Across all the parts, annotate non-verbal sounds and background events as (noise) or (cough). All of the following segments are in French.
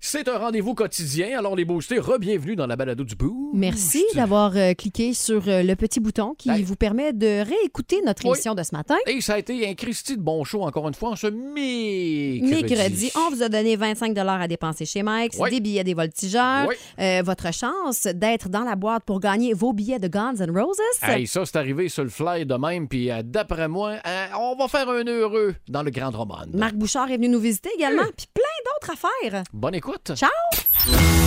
C'est un rendez-vous quotidien. Alors, les boostés, re-bienvenue dans la balado du bout. Merci d'avoir euh, cliqué sur euh, le petit bouton qui Ben- vous permet de réécouter notre Oui. émission de ce matin. Et ça a été un Christy de bon show, encore une fois, en ce mercredi. Mercredi, on vous a donné 25 à dépenser chez Mike, Oui. des billets des voltigeurs, Oui. euh, votre chance d'être dans la boîte pour gagner vos billets de Guns N' Roses. Hey, ça, c'est arrivé sur le fly de même, puis euh, d'après moi, euh, on va faire un heureux dans le Grand Roman. Marc Bouchard est venu nous visiter également, puis plein d'autres affaires. Bonne écoute. Ciao!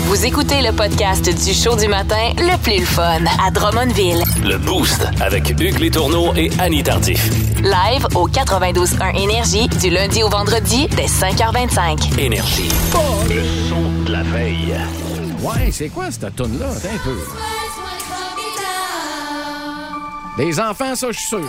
Vous écoutez le podcast du show du matin le plus le fun à Drummondville. Le Boost avec Hugues Létourneau et Annie Tardif. Live au 92.1 Énergie du lundi au vendredi dès 5h25. Énergie. Le son de la veille. Ouais, c'est quoi cette toune là un peu. Des enfants, ça, je suis sûr.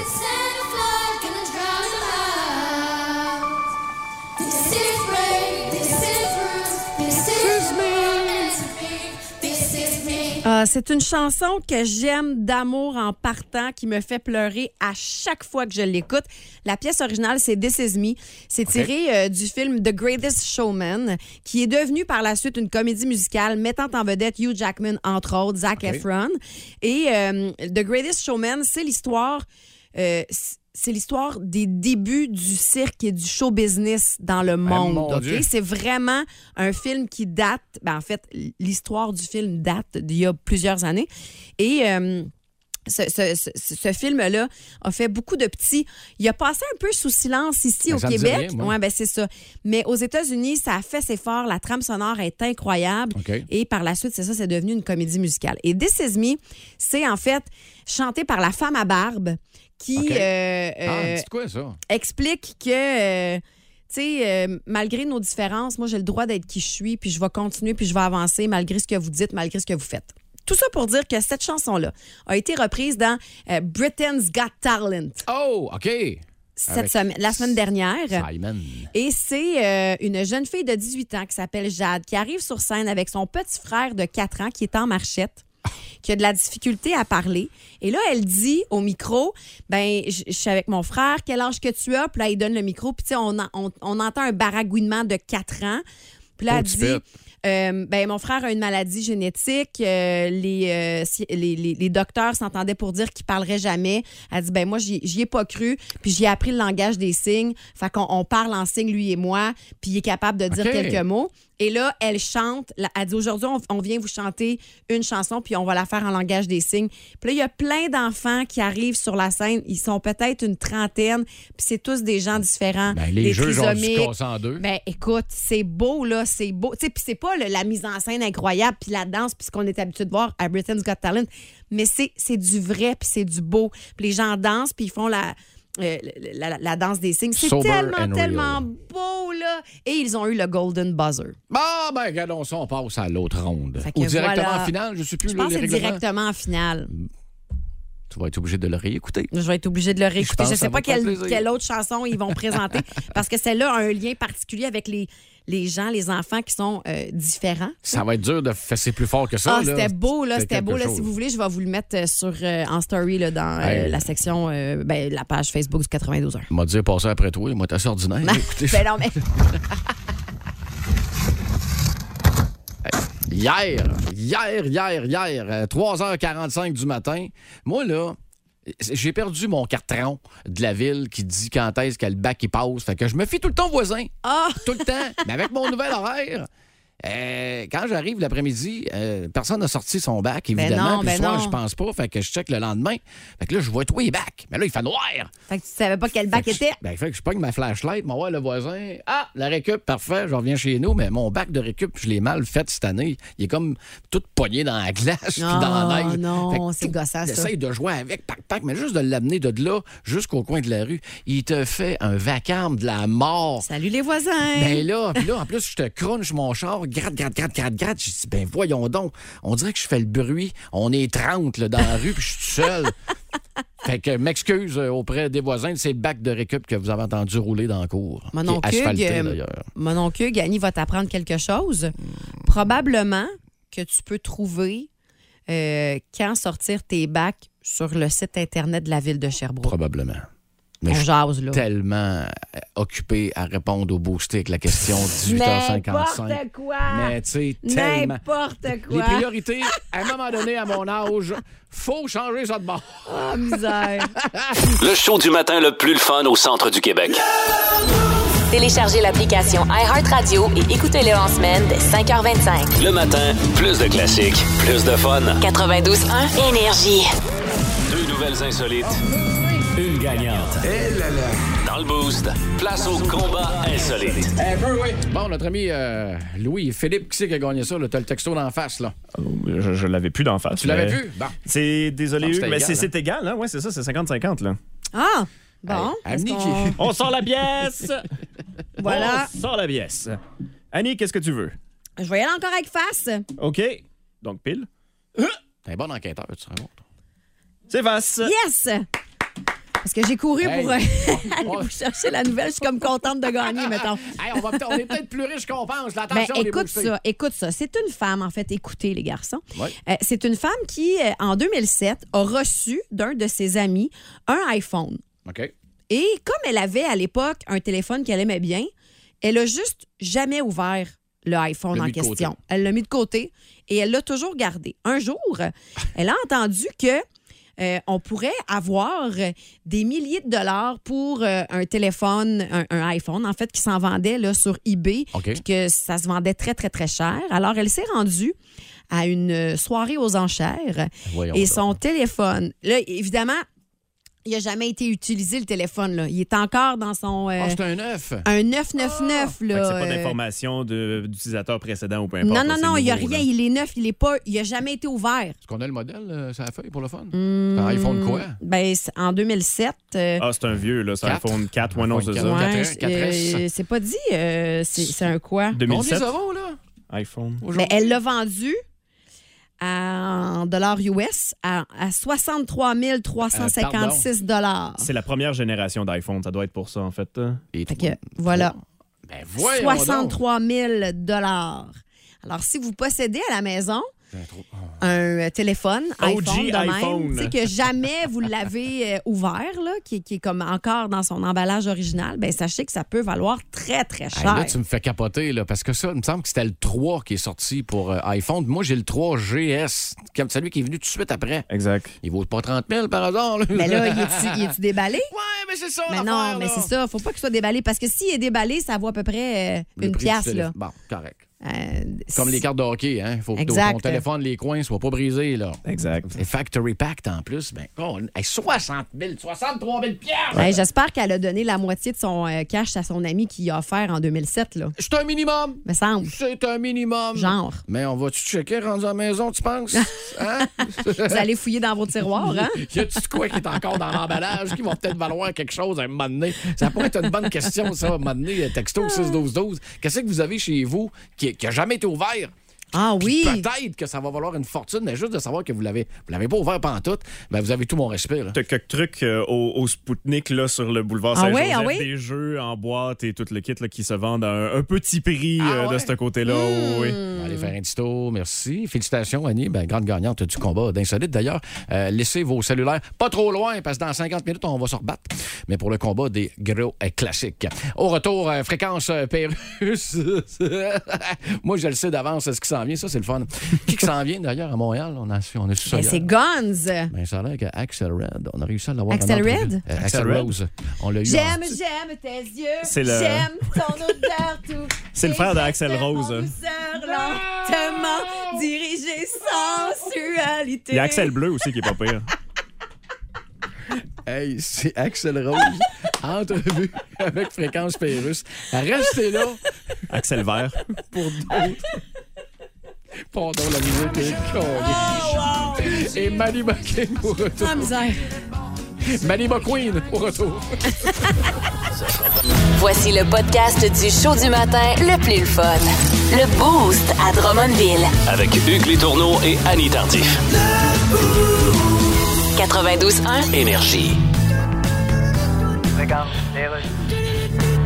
Ah, c'est une chanson que j'aime d'amour en partant qui me fait pleurer à chaque fois que je l'écoute. La pièce originale, c'est This Is Me. C'est tiré euh, du film The Greatest Showman, qui est devenu par la suite une comédie musicale mettant en vedette Hugh Jackman, entre autres, Zac Efron. Et euh, The Greatest Showman, c'est l'histoire. euh, c'est l'histoire des débuts du cirque et du show business dans le monde. Ah, mon OK? Dieu. C'est vraiment un film qui date, ben en fait, l'histoire du film date d'il y a plusieurs années. Et euh, ce, ce- ce- ce film-là a fait beaucoup de petits. Il a passé un peu sous silence ici Ben, au ça me dit Québec. rien, moi. Ouais, ben c'est ça. Mais aux États-Unis, ça a fait ses forts. La trame sonore est incroyable. OK. Et par la suite, c'est ça, c'est devenu une comédie musicale. Et This Is Me, c'est en fait chanté par la femme à barbe qui OK. euh, Ah, euh, dites quoi, ça? explique que, euh, tu sais, euh, malgré nos différences, moi, j'ai le droit d'être qui je suis, puis je vais continuer, puis je vais avancer malgré ce que vous dites, malgré ce que vous faites. Tout ça pour dire que cette chanson-là a été reprise dans euh, Britain's Got Talent Oh, OK. cette Avec semaine, la semaine dernière. Simon. Et c'est euh, une jeune fille de 18 ans qui s'appelle Jade qui arrive sur scène avec son petit frère de 4 ans qui est en marchette, qui a de la difficulté à parler. Et là, elle dit au micro, ben, je je suis avec mon frère, quel âge que tu as? Puis là, il donne le micro, puis tu sais, on, en- on- on entend un baragouinement de 4 ans. Puis là, Oh, elle tu dit, pètes. euh, ben, mon frère a une maladie génétique. euh, les, euh, si- les, les- les docteurs s'entendaient pour dire qu'il parlerait jamais. Elle dit, ben moi, j'y j'y ai pas cru. Puis j'y ai appris le langage des signes. Fait qu'on on parle en signes, lui et moi. Puis il est capable de dire OK. quelques mots. Et là, elle chante. La- Elle dit, aujourd'hui, on, on vient vous chanter une chanson, puis on va la faire en langage des signes. Puis là, il y a plein d'enfants qui arrivent sur la scène. Ils sont peut-être une trentaine. Puis c'est tous des gens différents. Ben, les des juges ont dû se trisomiques, casser en deux. ben écoute, c'est beau là, c'est beau. Tu sais, puis c'est pas le- la mise en scène incroyable, puis la danse, puis ce qu'on est habitué de voir à Britain's Got Talent, mais c'est c'est du vrai, puis c'est du beau. Puis les gens dansent, puis ils font la euh, la, la- la danse des signes. C'est Sober tellement and tellement real. beau là, et ils ont eu le golden buzzer. Ah, ben, regardons ça, on passe à l'autre ronde. Fait que Ou directement voilà. en finale, je ne sais plus Je là, pense les que c'est règlements. directement en finale. Tu vas être obligé de le réécouter. Je vais être obligée de le réécouter. pense Je, que sais ça pas va te faire quelle, plaisir. quelle autre chanson ils vont présenter parce que celle-là a un lien particulier avec les les gens, les enfants qui sont euh, différents. Ça va être dur de fesser plus fort que ça. Ah, là. c'était beau, là, c'était beau. quelque Là, si chose. vous voulez, je vais vous le mettre euh, sur, euh, en story là, dans euh, Hey. la section, euh, ben, la page Facebook du 92 heures. (laughs) m'a dit passer après toi, moi, t'as assez ordinaire. Écoutez, Ben non, mais Hier, hier, hier, hier, euh, 3h45 du matin, moi là, j'ai perdu mon carton de la ville qui dit quand est-ce que le bac il passe. Fait que je me fie tout le temps au voisin. Ah! Tout le temps. Mais avec mon nouvel horaire. euh, quand j'arrive l'après-midi, euh, personne n'a sorti son bac, non, évidemment. Puis ben le soir, non. je pense pas. Fait que je check le lendemain. Fait que là, je vois tous les bacs. Mais là, il fait noir. fait que tu savais pas quel bac Fait que je- était. Ben, fait que je pogne ma flashlight, mon voir le voisin. Ah, la récup, parfait, je reviens chez nous, mais mon bac de récup, je l'ai mal fait cette année. Il est comme tout pogné dans la glace (laughs) puis dans la Oh, neige. non, Fait que c'est tout- gossant, ça. J'essaye de jouer avec, pac, pac, mais juste de l'amener de là jusqu'au coin de la rue. Il te fait un vacarme de la mort. Salut les voisins! Ben là, puis là, en plus, je te crunche mon char, gratte, gratte, gratte, gratte, gratte. J'ai dit, ben voyons donc, on dirait que je fais le bruit. On est 30 là, dans la rue, puis je suis tout (laughs) seul. fait que m'excuse euh, auprès des voisins de ces bacs de récup que vous avez entendu rouler dans le cours. Mon Qui est oncle asphalté, Hugues, euh, d'ailleurs. Mon oncle Hugues, Annie va t'apprendre quelque chose. Probablement que tu peux trouver euh, quand sortir tes bacs sur le site Internet de la ville de Sherbrooke. Probablement. Mais On ben, je suis jase, là. tellement euh, occupé à répondre au boosté avec la question 18h55. N'importe quoi! Mais tu sais, tellement. N'importe Les quoi! priorités, à un moment donné, à mon âge, faut changer ça de bord. Oh, misère! Le show du matin le plus le fun au centre du Québec. Téléchargez l'application iHeartRadio et écoutez-le en semaine dès 5h25. Le matin, plus de classiques, plus de fun. 92.1 Énergie. Deux nouvelles insolites, une gagnante. Dans le boost, place au combat insolite. Bon, notre ami euh, Louis, Philippe, qui c'est qui a gagné ça? là? T'as le texto d'en face, là. Je, je l'avais plus d'en face. Tu l'avais mais- plus? Bon. C'est désolé, Non, Hugues, c'était mais égal, c'est hein. c'est égal, hein? Ouais, c'est ça, c'est 50-50, là. Ah! Bon. est-ce Hey, Annie qu'on- qui- On sort (laughs) la pièce! (laughs) Voilà. On sort la pièce. Annie, qu'est-ce que tu veux? Je vais y aller encore avec face. OK. Donc, pile. T'es un bon enquêteur, tu seras bon. C'est face. Yes! Parce que j'ai couru Hey. pour euh, (laughs) aller Oh. vous chercher la nouvelle. Je suis comme contente de gagner, mettons. (laughs) Hey, on, va peut- on est peut-être plus riche qu'on pense. là. Ben, Attention, les écoute boostés. ça, écoute ça. C'est une femme, en fait. Écoutez, les garçons. Ouais. Euh, c'est une femme qui, euh, en 2007, a reçu d'un de ses amis un iPhone. OK. Et comme elle avait à l'époque un téléphone qu'elle aimait bien, elle a juste jamais ouvert le iPhone L'a en mis de côté. question. Elle l'a mis de côté et elle l'a toujours gardé. Un jour, (laughs) elle a entendu que euh, on pourrait avoir des milliers de dollars pour euh, un téléphone, un, un iPhone, en fait, qui s'en vendait là, sur eBay, OK. puis que ça se vendait très, très, très cher. Alors, elle s'est rendue à une euh, soirée aux enchères Voyons et donc. son téléphone. Là, évidemment, il n'a jamais été utilisé, le téléphone. Là. Il est encore dans son. euh, Ah, c'est un œuf. un 999. Ah! Fait là, que c'est pas euh, d'information de- d'utilisateur précédent ou peu importe. non, là, non, c'est non, il n'y a nouveau, rien. là. Il est neuf, il est pas. Il n'a jamais été ouvert. Est-ce qu'on a le modèle, euh, sur la feuille, pour le fun? Hmm. Ah, Un iPhone quoi? Ben, c'est- en 2007. euh, Ah, c'est un vieux, là. C'est un Quatre. iPhone 4. Ouais, non, c'est iPhone ça. quatre. ouais, 4S, 4S. euh, c'est pas dit. euh, c'est c'est un quoi? Combien 2007. euros, là? iPhone. Ben, Aujourd'hui? elle l'a vendu à- en dollars US à, à 63 356 dollars. C'est la première génération d'iPhone. Ça doit être pour ça, en fait. hein. Et Fait trois- que, voilà. Ben, voyons donc. 63 000 dollars. Alors, si vous possédez à la maison Ben, trop- un euh, téléphone, OG iPhone, de même, iPhone. tu sais, que jamais vous l'avez euh, ouvert, là, qui, qui est comme encore dans son emballage original, ben sachez que ça peut valoir très, très Hey, cher. là, tu me fais capoter, là, parce que ça, il me semble que c'était le 3 qui est sorti pour euh, iPhone. Moi, j'ai le 3 GS, comme celui qui est venu tout de suite après. Exact. Il vaut pas 30 000 par hasard. Là. Mais Ben, là, il est-tu- il est-tu déballé? (laughs) Ouais, mais c'est ça. Mais non, l'affaire, mais là. c'est ça. Faut pas qu'il soit déballé parce que s'il est déballé, ça vaut à peu près euh, Le une prix du pièce. Là. téléphone. Bon, correct. Euh, Comme les cartes de hockey, hein. Faut que ton- Exact. ton téléphone, les coins soient pas brisés, là. Exact. Et Factory Pact en plus, ben, oh, hey, 60 000, 63 000 piastres! Ouais, Ben, J'espère qu'elle a donné la moitié de son euh, cash à son ami qui a offert en 2007, là. C'est un minimum! Me semble. C'est un minimum! Genre. Mais on va-tu checker rendu à la maison, tu (laughs) penses? Hein? Vous allez fouiller dans vos tiroirs, hein? y a-tu de quoi qui est encore dans l'emballage qui va peut-être valoir quelque chose à un moment donné? Ça pourrait être une bonne question, ça, à un moment donné, euh, texto 6-12-12. Qu'est-ce que vous avez chez vous qui n'a jamais été ouvert? (laughs) Ah Puis oui. Peut-être que ça va valoir une fortune, mais juste de savoir que vous l'avez, vous l'avez pas ouvert pantoute, ben vous avez tout mon respect. Là. T'as quelques trucs euh, au, au Spoutnik là, sur le boulevard Ah Saint-Joseph. ouais, ah ouais? Des jeux en boîte et tout le kit là, qui se vendent à un, un petit prix Ah euh, ouais? de ce côté-là. Hmm. Oui, oui. On va aller faire un petit tour. Merci. Félicitations, Annie. Ben, grande gagnante du combat d'insolite. D'ailleurs, euh, laissez vos cellulaires pas trop loin parce que dans 50 minutes, on va se rebattre. Mais pour le combat des gros euh, classiques. Au retour, euh, fréquence euh, Pérus. (laughs) Moi, je le sais d'avance ce qui s'en vient. Ça, c'est le fun. Qui qui s'en vient d'ailleurs à Montréal? On a, su- on a su ça. Mais hier. Eh, Ben, c'est Guns. Ben, ça a l'air que Axel Red, on a réussi à l'avoir. en Axel entrevue. Red? Euh, Axel, Axel Red? Rose. On l'a eu. en- J'aime, j'aime tes yeux. C'est le- J'aime ton odeur tout. (laughs) C'est le frère Tes d'Axel gestes Rose. en douceur, lentement dirigé sensualité. Il y a Axel Bleu aussi qui est pas pire. Hey, c'est Axel Rose. (laughs) Entrevue avec Fréquence Pérus. Restez là. Axel Vert. pour d'autres. Pendant la musique est collée. Et Mali Baquet au retour. Ah, misère. Mali Queen au retour. Voici le podcast du show du matin le plus le fun. Le Boost à Drummondville. Avec Hugues Létourneau et Annie Tardif. 92.1. Énergie.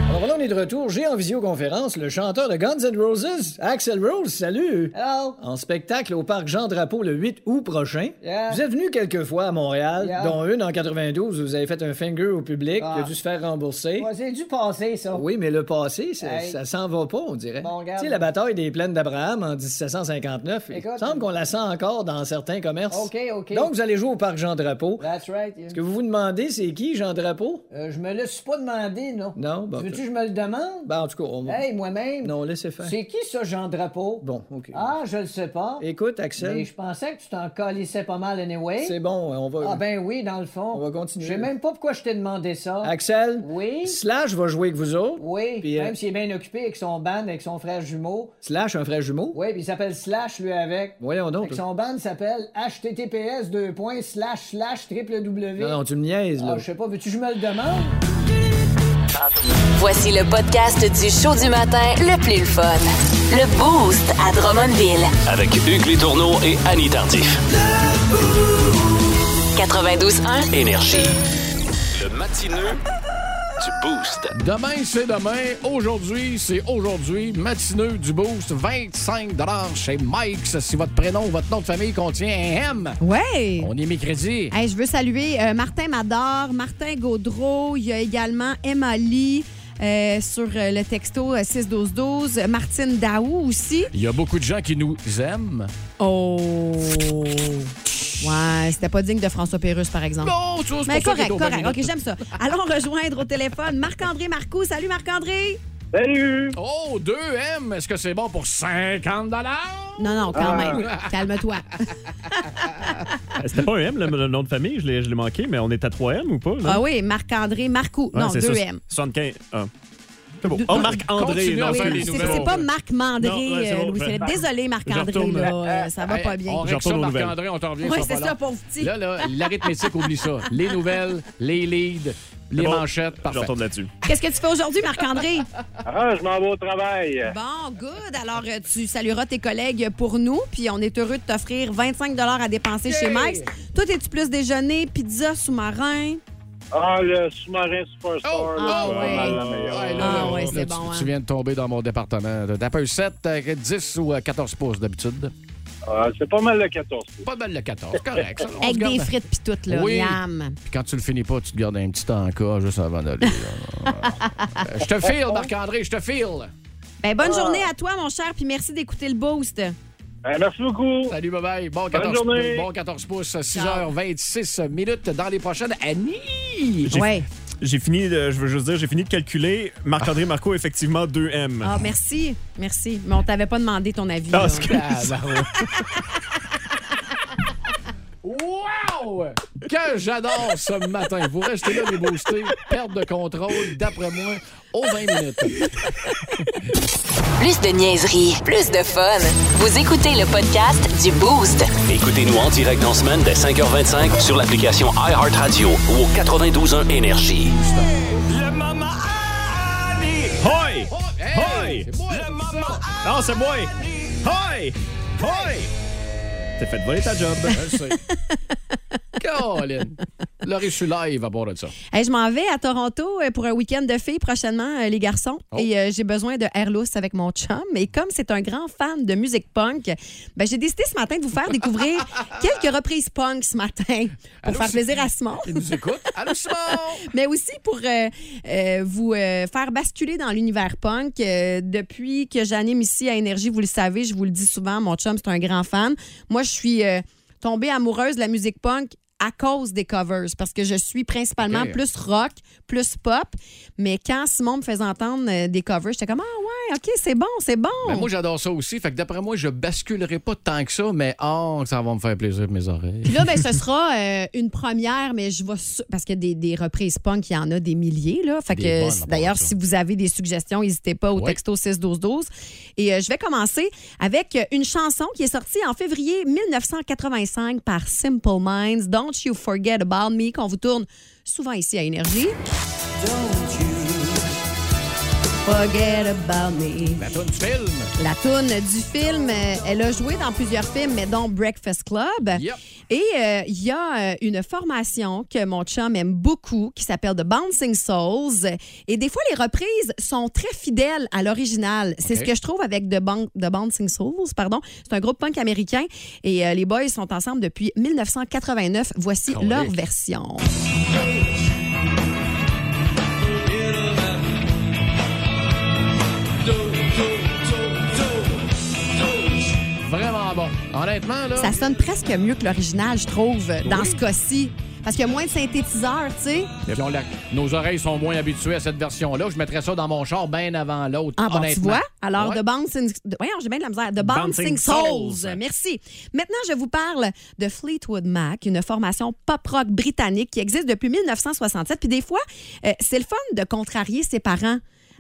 Alors là, on est de retour. J'ai en visioconférence le chanteur de Guns N' Roses, Axel Rose. Salut! Hello! En spectacle au Parc Jean-Drapeau le 8 août prochain. Vous êtes venu quelques fois à Montréal, dont une en 92 où vous avez fait un finger au public qui a dû se faire rembourser. Ah. C'est du passé, ça. Oui, mais le passé, ça, Hey. ça s'en va pas, on dirait. Bon, regarde. tu sais, la bataille des plaines d'Abraham en 1759, il Écoute. semble qu'on la sent encore dans certains commerces. OK, OK. Donc, vous allez jouer au Parc Jean-Drapeau. That's right. yeah. Ce que vous vous demandez, c'est qui, Jean-Drapeau? Euh, je me le suis pas demandé, non. Non, bon. Veux-tu que je me le demande? Ben, en tout cas, on... Hey, moi-même. non, laissez faire. C'est qui, ça, Jean Drapeau? Bon, OK. Ah, je le sais pas. Écoute, Axel, Mais je pensais que tu t'en calissais pas mal anyway. c'est bon, on va... Ah, ben oui, dans le fond. On va continuer. Je sais même pas pourquoi je t'ai demandé ça. Axel, Oui? Slash va jouer avec vous autres. Oui, Puis, euh, même s'il est bien occupé avec son band, avec son frère jumeau. Slash, un frère jumeau. Oui, puis il s'appelle Slash, lui, avec. Voyons Fait donc. que son band s'appelle https deux points slash slash triple w. Non, non, tu me niaises, là. Ah, je sais pas, veux-tu que je me le demande? Voici le podcast du show du matin le plus le fun. Le Boost à Drummondville. Avec Hugues Létourneau et Annie Tardif. 92.1. Énergie. Le matineux du Boost. Demain, c'est demain. Aujourd'hui, c'est aujourd'hui. Matineux du Boost, 25 chez Mike's. Si votre prénom ou votre nom de famille contient un M, Ouais. on est mercredi. Hey, je veux saluer euh, Martin Mador, Martin Gaudreau, il y a également Emma Lee euh, sur euh, le texto euh, 61212, euh, Martine Daou aussi. Il y a beaucoup de gens qui nous aiment. Oh! Ouais, c'était pas digne de François Pérus, par exemple. Non, tu vois, c'est Mais pour ça correct, qu'il est au correct. cabinet. OK, j'aime ça. Allons rejoindre au téléphone Marc-André Marcoux. Salut Marc-André! Oh, 2M, est-ce que c'est bon pour 50 dollars? Non, non, Ah. quand même. Calme-toi. C'était pas un M, le, le nom de famille, je l'ai je l'ai manqué, mais on est à 3M ou pas? là? Ah oui, Marc-André Marcoux. non, c'est ça, 2M. 75. ah. C'est beau. Oh, Marc-André. Continue à non, on Oui, faire c'est- les c'est- nouvelles. c'est pas Marc Mandré, Non, ouais, c'est bon, euh, Louis je- Philippe. Désolé, Marc-André, retourne. là, euh, ça va pas bien. Eh, On Je règle ça, retourne aux Marc-André, on t'en revient. Oui, ça, c'est pas ça, long. pauvre petit. Là, là, l'arithmétique, oublie ça. Les nouvelles, les leads, les bon, manchettes, Je parfait. retourne là-dessus. Qu'est-ce que tu fais aujourd'hui, Marc-André? Ah, je m'en vais au travail. Bon, good. Alors, euh, tu salueras tes collègues pour nous, puis on est heureux de t'offrir 25 à dépenser chez Max. Toi, es-tu plus déjeuner, pizza, sous-marin? Ah, le sous-marin superstar, Oh! là, Ah c'est pas ouais. mal la Ouais, meilleure. là, Ah là, ouais, là, c'est tu- bon, Tu, hein. viens de tomber dans mon département. T'as un 7, euh, 10 ou euh, 14 pouces d'habitude. Ah, c'est pas mal le 14. Pas mal le 14, correct. ça, on se Avec garde. des frites, puis tout, là. Oui. Miam. Puis quand tu le finis pas, tu te gardes un petit temps encore juste avant d'aller. (laughs) là. Euh, Je te file, Marc-André, je te file. Ben, Ah. bonne journée à toi, mon cher, puis merci d'écouter le boost. Ah, merci beaucoup. Salut, bye bye. Bon Bonne 14, journée. bon 14 pouces, Ciao. 6h26 minutes dans les prochaines. Annie! J'ai- Ouais. J'ai fini, de- je veux juste dire, j'ai fini de calculer. Marc-André Marco, effectivement, 2M. Ah, merci. Merci. Mais on t'avait pas demandé ton avis. là. Ah, excuse. Ah, ben ouais. Wow! Que j'adore ce matin. Vous restez là, les boostés. Perte de contrôle, d'après moi, aux 20 minutes. Plus de niaiserie, plus de fun. Vous écoutez le podcast du Boost. Écoutez-nous en direct dans la semaine dès 5h25 sur l'application iHeartRadio ou au 92.1 Énergie. Hoi! Oh, hey, Hey! c'est moi, c'est ça. Non, c'est moi! Hoi! Hoi! T'as fait voler ta (laughs) job. Je le sais. Colin. Laurie, je suis live à bord de ça. Hey, je m'en vais à Toronto euh, pour un week-end de filles prochainement, euh, les garçons. Oh. Et euh, j'ai besoin de Airlus avec mon chum. Et comme c'est un grand fan de musique punk, ben, j'ai décidé ce matin de vous faire (laughs) découvrir quelques reprises punk ce matin pour Allô, faire c'est- plaisir à Simon, Il nous écoute. Allô, Simon! mais aussi pour euh, euh, vous euh, faire basculer dans l'univers punk. Euh, depuis que j'anime ici à Énergie, vous le savez, je vous le dis souvent, mon chum, c'est un grand fan. Moi, je suis euh, tombée amoureuse de la musique punk à cause des covers, parce que je suis principalement Ok. plus rock, plus pop. Mais quand Simon me faisait entendre euh, des covers, j'étais comme Ah ouais, OK, c'est bon, c'est bon. Ben, moi, j'adore ça aussi. Fait que d'après moi, je basculerai pas tant que ça, mais oh, ça va me faire plaisir mes oreilles. Puis là, ben, (laughs) ce sera euh, une première, mais je vais. su- Parce que des, des reprises punk, il y en a des milliers, là. Fait Des que bonnes, c'est- à part d'ailleurs, ça. si vous avez des suggestions, n'hésitez pas au Ouais. texto 61212. Et euh, je vais commencer avec euh, une chanson qui est sortie en février 1985 par Simple Minds, Don't You Forget About Me, qu'on vous tourne souvent ici à Énergie. Forget about me. La toune du film. La toune du film, euh, elle a joué dans plusieurs films, mais dont Breakfast Club. Yep. Et euh, il y a euh, une formation que mon chum aime beaucoup qui s'appelle The Bouncing Souls. Et des fois, les reprises sont très fidèles à l'original. C'est Ok. ce que je trouve avec The, Boun- The Bouncing Souls. pardon. C'est un groupe punk américain et euh, les boys sont ensemble depuis 1989. Voici Colique. leur version. Vraiment bon. Honnêtement, là. Ça sonne presque mieux que l'original, je trouve, dans ce cas-ci. Parce qu'il y a moins de synthétiseurs, tu sais. Puis on la- Nos oreilles sont moins habituées à cette version-là. Je mettrais ça dans mon char bien avant l'autre. Ah bon, tu honnêtement. vois? Alors, Ouais. The Bouncing... de- Voyons, j'ai bien de la misère. The Bouncing, Bouncing Souls. Souls. Merci. Maintenant, je vous parle de Fleetwood Mac, une formation pop-rock britannique qui existe depuis 1967. Puis des fois, euh, c'est le fun de contrarier ses parents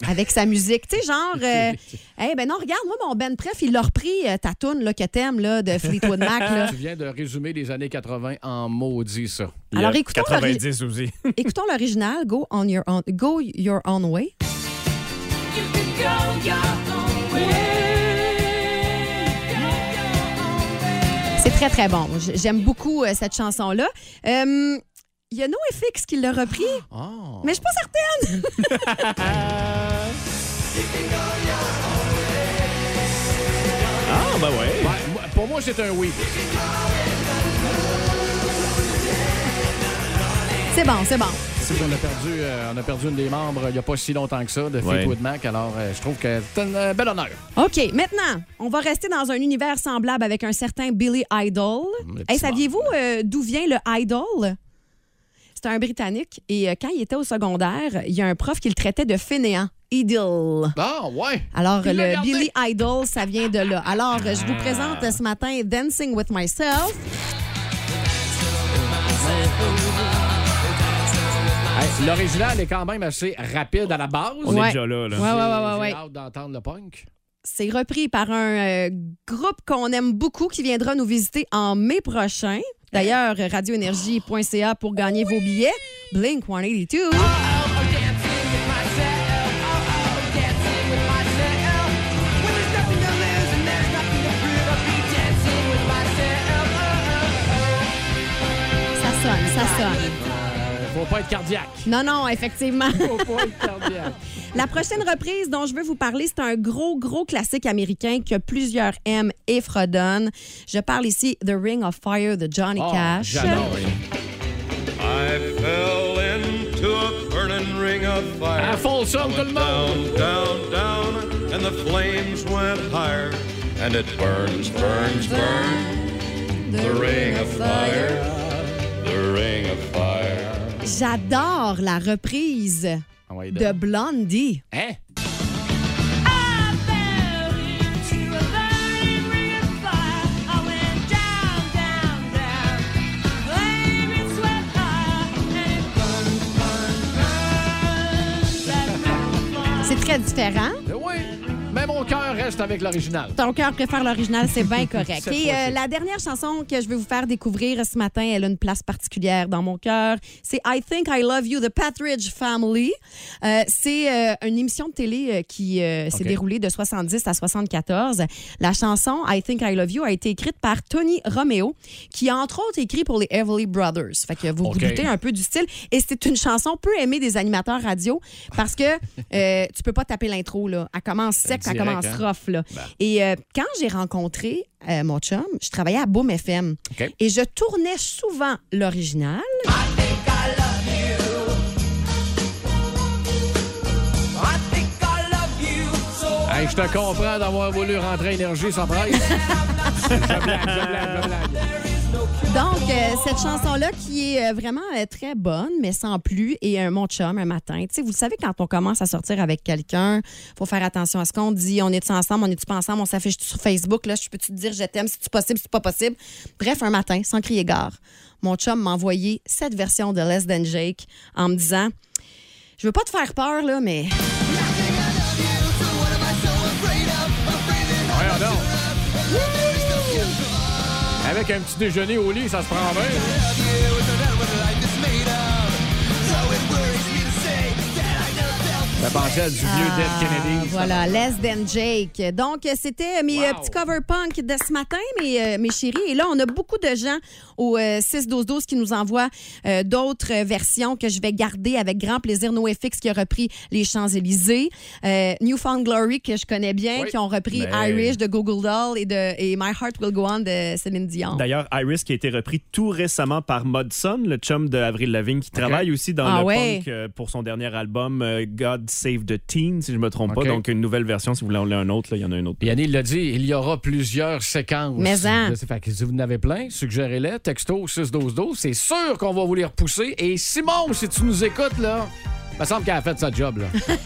avec sa musique. Tu sais, genre... euh, hey, ben non, regarde, moi, mon Ben Pref, il l'a repris, euh, ta toune là, que t'aimes là, de Fleetwood Mac. Là. Tu viens de résumer les années 80 en maudit, ça. Alors, Il y a écoutons l'ori- 90 aussi. Écoutons l'original, Go on your own, Go Your Own Way. C'est très, très bon. J- J'aime beaucoup euh, cette chanson-là. Euh, Il y a NoFX qui l'a repris, Oh. mais je suis pas certaine. (laughs) Ah, ben ouais. Ouais, moi- pour moi, c'est un oui. C'est bon, c'est bon. Tu sais qu'on a perdu, euh, on a perdu une des membres euh, il n'y a pas si longtemps que ça de Ouais. Fleetwood Mac. Alors, euh, je trouve que c'est un euh, bel honneur. OK, maintenant, on va rester dans un univers semblable avec un certain Billy Idol. Mm, le petit Hey, saviez-vous euh, d'où vient le Idol? C'est un Britannique et euh, quand il était au secondaire, il y a un prof qui le traitait de fainéant. Idol. Ah, ouais. Alors, Il l'a le gardé. Billy Idol, ça vient de là. Alors, je Ah. vous présente euh, ce matin Dancing with Myself. Hey, L'original est quand même assez rapide à la base. On Ouais. est déjà là. là. Ouais, ouais, ouais, ouais, J'ai ouais. hâte d'entendre le punk. C'est repris par un euh, groupe qu'on aime beaucoup qui viendra nous visiter en mai prochain. D'ailleurs, radioénergie.ca pour gagner vos billets. Blink 182. Ça sonne, ça sonne. Euh, Faut pas être cardiaque. Non, non, effectivement. (laughs) Faut pas être cardiaque. La prochaine reprise dont je veux vous parler, c'est un gros, gros classique américain que plusieurs aiment et fredonnent. Je parle ici The Ring of Fire de Johnny Oh, Cash. J'adore. I fell into a burning ring of Un fire. full song, tout le monde. Down, down, down, and the flames went higher. And it burns, burns, burns. The ring of fire. The ring of fire. J'adore la reprise Ah ouais, de de- Blondie. Hein? C'est très différent. Eh Oui. Mais mon cœur reste avec l'original. Ton cœur préfère l'original, c'est (laughs) bien correct. Cette Et fois-ci. euh, la dernière chanson que je vais vous faire découvrir ce matin, elle a une place particulière dans mon cœur. C'est I Think I Love You, The Patridge Family. Euh, c'est euh, une émission de télé euh, qui euh, s'est OK. déroulée de 70 à 74. La chanson I Think I Love You a été écrite par Tony Romeo, qui a entre autres écrit pour les Everly Brothers. Fait que vous OK. vous doutez un peu du style. Et c'est une chanson peu aimée des animateurs radio parce que euh, tu peux pas taper l'intro. là. Elle commence sec, elle Direct, commence hein? rough. là. Et euh, quand j'ai rencontré euh, mon chum, je travaillais à Boom FM. OK. Et je tournais souvent l'original. Hey, je te comprends d'avoir voulu rentrer à énergie sans presse. je blague, je blague, je blague. Donc, euh, cette chanson-là qui est euh, vraiment euh, très bonne, mais sans plus, et un mon chum un matin. Tu sais, vous le savez, quand on commence à sortir avec quelqu'un, faut faire attention à ce qu'on dit. On est-tu ensemble, on est-tu pas ensemble, on s'affiche sur Facebook, là, je peux-tu te dire je t'aime, si tu possible, si c'est pas possible. Bref, un matin, sans crier gare, mon chum m'a envoyé cette version de Less Than Jake en me disant Je veux pas te faire peur, là, mais. Voyons donc. Avec un petit déjeuner au lit, ça se prend bien. Ça pensait à du vieux Dead Kennedy. ça. Ah, Voilà, Less Than Jake. Donc, euh, c'était mes euh, petits cover punk de ce matin, mes, euh, mes chéris. Et là, on a beaucoup de gens au euh, 6-12-12 qui nous envoient euh, d'autres euh, versions que je vais garder avec grand plaisir. NoFX qui a repris Les Champs-Élysées. Euh, Newfound Glory que je connais bien, Oui. qui ont repris Mais- Irish de Google Doll et, de, et My Heart Will Go On de Céline Dion. D'ailleurs, Iris qui a été repris tout récemment par Mudson, le chum de Avril Lavigne, qui travaille aussi dans Ah le ouais. punk euh, pour son dernier album euh, God Save the Teen, si je me trompe Ok. pas. Donc une nouvelle version, si vous voulez en un autre, là, il y en a un autre. Puis Yannick l'a dit, il y aura plusieurs séquences. Mais hein. en. Là, c'est Fait que si vous en avez plein, suggérez-les. Texto 61212, c'est sûr qu'on va vous les repousser. Et Simon, si tu nous écoutes, là, il me semble qu'elle a fait sa job, (laughs) là.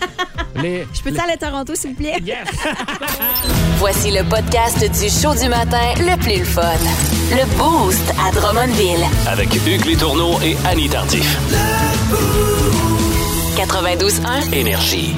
les... Je peux-tu aller à Toronto, s'il vous plaît? Yes! Voici le podcast du show du matin le plus le fun. Le Boost à Drummondville. Avec Hugues Létourneau et Annie Tardif. 92.1. Énergie.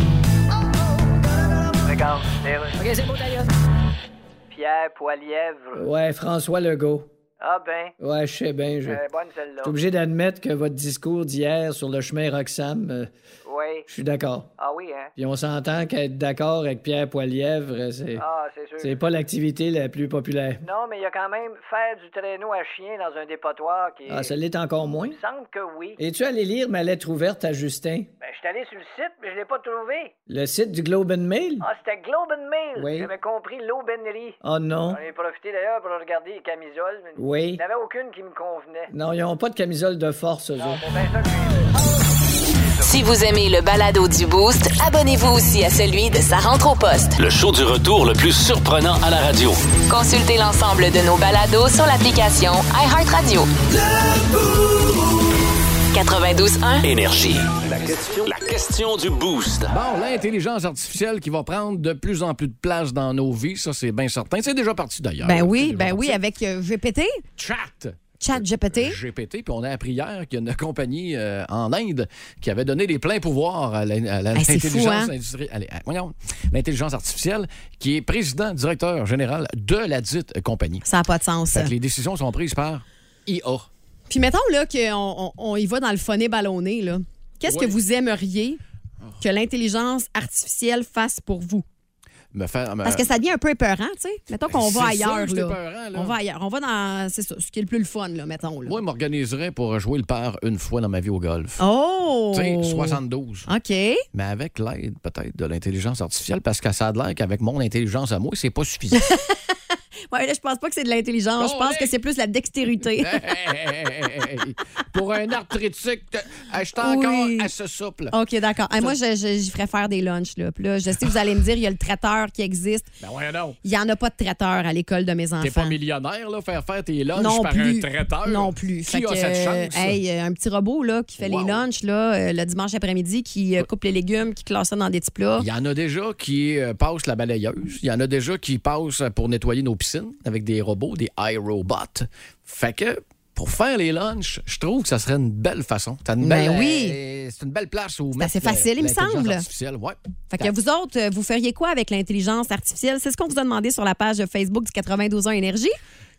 Pierre Poilièvre. Ouais, François Legault. Ah ben, Ouais, je sais bien. Je... euh, je bonne celle-là. suis obligé d'admettre que votre discours d'hier sur le chemin Roxham, euh, Oui. je suis d'accord. Ah oui, hein? Puis on s'entend qu'être d'accord avec Pierre Poilièvre, euh, c'est Ah, c'est sûr. c'est pas l'activité la plus populaire. Non, mais il y a quand même faire du traîneau à chien dans un dépotoir qui est... Ah, ça l'est encore moins. Il me semble que oui. Es-tu allé lire ma lettre ouverte à Justin? Ben, je suis allé sur le site, mais je l'ai pas trouvé. Le site du Globe and Mail? Ah, c'était Globe and Mail. Oui. J'avais compris l'aubainerie. Oh non. On a profité d'ailleurs pour regarder les camisoles. mais Il Oui. n'y en avait aucune qui me convenait. Non, ils n'ont pas de camisole de force, eux autres. Bon, ben, ça, je- Si vous aimez le balado du Boost, abonnez-vous aussi à celui de sa rentre au poste. Le show du retour le plus surprenant à la radio. Consultez l'ensemble de nos balados sur l'application iHeartRadio. 92.1. Énergie. La question, la question du boost. Bon, l'intelligence artificielle qui va prendre de plus en plus de place dans nos vies, ça, c'est bien certain. C'est déjà parti, d'ailleurs. Ben C'est oui, déjà ben parti. oui, avec euh, GPT, Chat! Chat GPT. GPT, puis on a appris hier qu'il y a une compagnie euh, en Inde qui avait donné des pleins pouvoirs à la- à la- Hey, c'est fou, l'intelligence hein? industrie- allez, à- voyons, l'intelligence artificielle, qui est président, directeur général de la dite euh, compagnie. Ça n'a pas de sens. Fait que les décisions sont prises par IA. Puis mettons là qu'on on, on y va dans le funny ballonné là. Qu'est-ce que Oui. vous aimeriez que l'intelligence artificielle fasse pour vous Me faire, me- Parce que ça devient un peu épeurant, tu sais. Mettons qu'on va c'est sûr ailleurs que c'est là. épeurant, là. On va ailleurs, on va dans c'est ça, ce qui est le plus le fun là, mettons là. Moi, je m'organiserais pour jouer le par une fois dans ma vie au golf. Oh Tu sais, 72. OK. Mais avec l'aide, peut-être, de l'intelligence artificielle, parce que ça a l'air qu'avec mon intelligence à moi, c'est pas suffisant. Ouais, là, je pense pas que c'est de l'intelligence, Non, je pense hey. que c'est plus la (laughs) dextérité. Hey! Pour un arthritique, j'étais Oui. Oh. encore à ce souple. OK, d'accord. Hey, moi, je- je- j'y ferais faire des lunchs. Là. Puis là, je sais que vous allez me dire, il y a le traiteur qui existe. Ben ouais, non. Il n'y en a pas de traiteur à l'école de mes enfants. T'es pas millionnaire, là, faire faire tes lunchs non Ah, par plus. un traiteur. Non plus. Qui Fait a que, cette chance? euh, hey, euh, un petit robot là, qui fait Wow. les lunchs là, euh, le dimanche après-midi, qui euh, coupe les légumes, qui classe ça dans des petits plats. Il y en a déjà qui euh, passent la balayeuse. Il y en a déjà qui passent pour nettoyer nos piscines avec des robots, des iRobots. Fait que pour faire les lunchs, je trouve que ça serait une belle façon. T'as une Ben belle, oui. euh, c'est une belle place où. C'est assez facile, il me semble. Artificielle. Ouais. Fait que vous autres, euh, vous feriez quoi avec l'intelligence artificielle? C'est ce qu'on vous a demandé sur la page Facebook du 92 ans Énergie.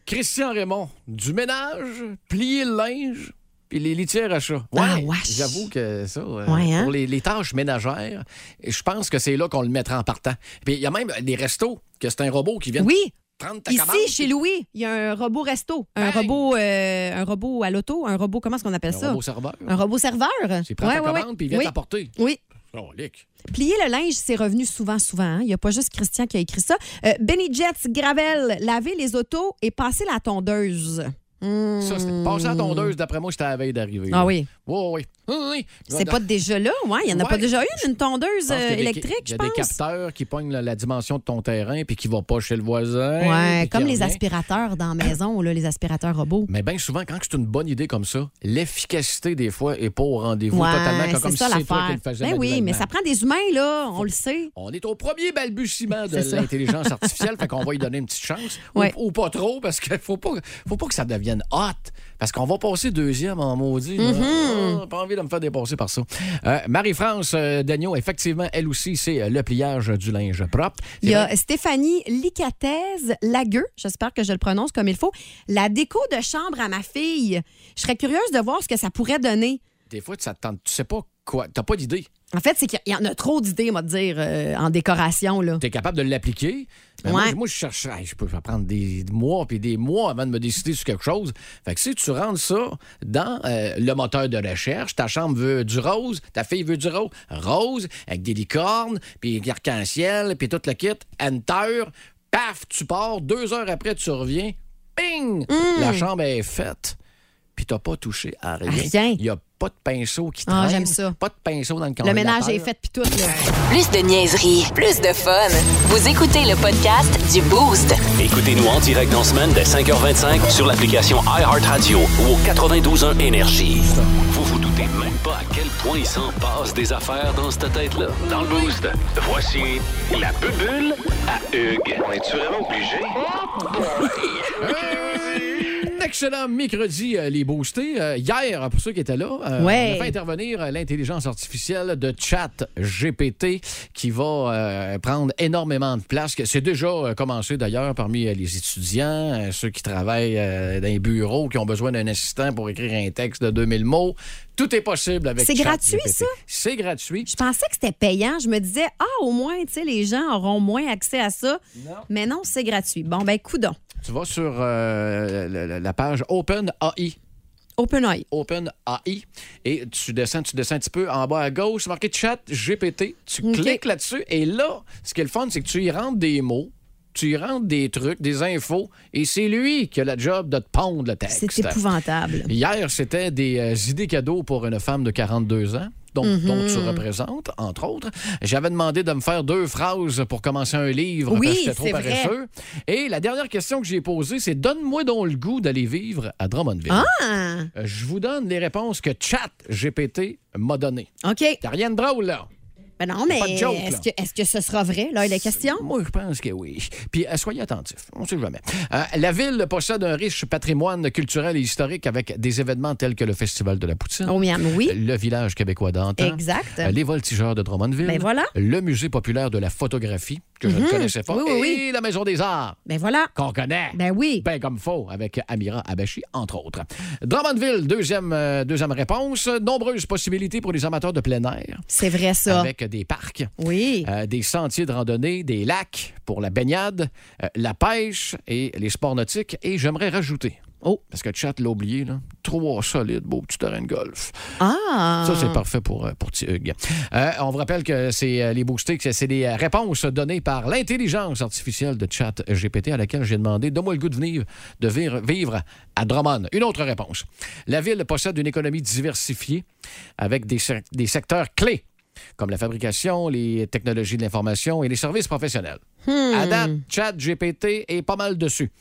Christian Raymond, du ménage, plier le linge, puis les litières à chat. Ah, wesh. J'avoue que ça, euh, Ouais, hein? pour les, les tâches ménagères, je pense que c'est là qu'on le mettra en partant. Puis il y a même des restos, que c'est un robot qui vient Oui, prendre ta commande. ici, chez Louis, il y a un robot resto, un Hey! robot euh, un robot à l'auto, un robot, comment est-ce qu'on appelle Un ça? robot serveur. Un robot serveur. C'est prendre Ouais, ta ouais, ouais. commande, puis il vient Oui. t'apporter. Oui, Oh, lick. Plier le linge, c'est revenu souvent, souvent. hein. Il n'y a pas juste Christian qui a écrit ça. Euh, Benny Jets, Gravel, laver les autos et passer la tondeuse. Hmm. Ça, c'était passer à la tondeuse, d'après moi, j'étais à la veille d'arriver. Ah là. oui. Oui, oui. oui. oui. C'est pas déjà là, ouais. Il n'y en a pas Ouais. déjà une, une tondeuse Je pense qu'il y a euh, des- électrique, Il y je a pense. des capteurs qui pognent la, la dimension de ton terrain puis qui ne va pas chez le voisin. ouais, puis qui comme les revient. aspirateurs dans la maison, là, les aspirateurs robots. Mais bien souvent, quand c'est une bonne idée comme ça, l'efficacité des fois est pas au rendez-vous totalement Ouais, comme, comme c'est si ça c'est toi qui l'affaire. le faisais. Ben oui, manuellement. mais ça prend des humains, là, on le sait. On est au premier balbutiement de C'est ça. (laughs) l'intelligence artificielle, fait qu'on va y donner une petite chance. Ouais. Ou, ou pas trop, parce qu'il faut pas, faut pas que ça devienne hot. Parce qu'on va passer deuxième en maudit. là. Mm-hmm. Ah, pas envie de me faire dépasser par ça. Euh, Marie-France euh, Dagnon, effectivement, elle aussi, c'est euh, le pliage du linge propre. Eh ben, C'est Il y vrai. a Stéphanie Licatez Lagueux, j'espère que je le prononce comme il faut. La déco de chambre à ma fille. Je serais curieuse de voir ce que ça pourrait donner. Des fois, ça te tente, tu sais pas quoi. T'as pas d'idée. En fait, c'est qu'il y en a trop d'idées, on va te dire, euh, en décoration. Là. T'es capable de l'appliquer. Mais moi, Ouais. je- moi, je cherche, hey, je peux faire prendre des mois puis des mois avant de me décider sur quelque chose. Fait que si tu rentres ça dans euh, le moteur de recherche, ta chambre veut du rose, ta fille veut du rose, rose avec des licornes, puis arc-en-ciel, puis tout le kit, enter, paf, tu pars, deux heures après, tu reviens, ping, Hmm. la chambre est faite. Puis t'as pas touché à rien. rien. Il n'y a pas de pinceau qui traîne. Ah, j'aime ça. Pas de pinceau dans le Le ménage congélateur. est fait, puis tout. là. Plus de niaiserie, plus de fun. Vous écoutez le podcast du Boost. Écoutez-nous en direct en semaine dès 5h25 sur l'application iHeartRadio ou au 92.1 Énergie. Vous vous doutez même pas à quel point il s'en passe des affaires dans cette tête-là. Dans le boost, voici la bubule à Hugues. On est-tu vraiment obligé? Un excellent mercredi, euh, les boostés. Euh, hier, pour ceux qui étaient là, euh, Ouais. on a fait intervenir euh, l'intelligence artificielle de chat GPT qui va euh, prendre énormément de place. Que C'est déjà euh, commencé d'ailleurs parmi euh, les étudiants, euh, ceux qui travaillent euh, dans les bureaux, qui ont besoin d'un assistant pour écrire un texte de 2000 mots. Tout est possible avec C'est gratuit, ChatGPT. ça? C'est gratuit. Je pensais que c'était payant. Je me disais, ah, au moins, tu sais, les gens auront moins accès à ça. Mais non, c'est gratuit. Bon, ben, coudon. Tu vas sur euh, la- la- la page OpenAI. OpenAI. Open AI et tu descends, tu descends un petit peu en bas à gauche, c'est marqué chat GPT. Tu Ok. cliques là-dessus et là, ce qui est le fun, c'est que tu y rentres des mots, tu y rentres des trucs, des infos et c'est lui qui a la job de te pondre le texte. C'est épouvantable. Hier, c'était des euh, idées cadeaux pour une femme de 42 ans. Dont, Mhm. dont tu représentes, entre autres. J'avais demandé de me faire deux phrases pour commencer un livre Oui, parce que j'étais trop c'est vrai. paresseux. Et la dernière question que j'ai posée, c'est donne-moi donc le goût d'aller vivre à Drummondville. Ah, Euh, Je vous donne les réponses que Chat GPT m'a données. OK. T'as rien de drôle, là? Ben non, Y a mais pas de joke, est-ce là. que, est-ce que ce sera vrai, là, la question? Moi, je pense que oui. Puis, euh, soyez attentifs. On sait jamais. Euh, la ville possède un riche patrimoine culturel et historique avec des événements tels que le Festival de la Poutine. Oh, miam, oui. Le village québécois d'antan. Exact. euh, Les voltigeurs de Drummondville. Ben voilà. Mhm. Le musée populaire de la photographie, que je ne connaissais pas. Oui, oui, oui. Et la maison des arts. Ben voilà. qu'on connaît. Ben oui. Ben comme faux, avec Amira Abachi, entre autres. Drummondville, deuxième, euh, deuxième réponse. Nombreuses possibilités pour les amateurs de plein air, C'est vrai, ça. avec des parcs. Oui. euh, des sentiers de randonnée, des lacs pour la baignade, euh, la pêche et les sports nautiques. Et j'aimerais rajouter, Oh. parce que Chat l'a oublié, là, trois solides beaux petits terrains de golf. Ah. Ça, c'est parfait pour, euh, pour petit Hugues. Euh, on vous rappelle que c'est euh, les boostés, que c'est des euh, réponses données par l'intelligence artificielle de chat GPT à laquelle j'ai demandé Donne-moi le goût de venir, de vir- vivre à Drummond. Une autre réponse. La ville possède une économie diversifiée avec des, sec- des secteurs clés comme la fabrication, les technologies de l'information et les services professionnels. À date, chat GPT est pas mal dessus.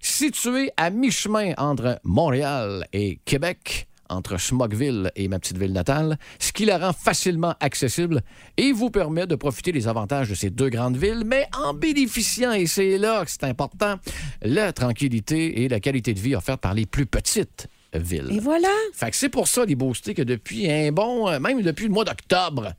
Situé à mi-chemin entre Montréal et Québec, entre Smogville et ma petite ville natale, ce qui la rend facilement accessible et vous permet de profiter des avantages de ces deux grandes villes, mais en bénéficiant, et c'est là que c'est important, la tranquillité et la qualité de vie offertes par les plus petites villes. Et voilà. Fait que c'est pour ça, les boostés, que depuis un bon, euh, même depuis le mois d'octobre,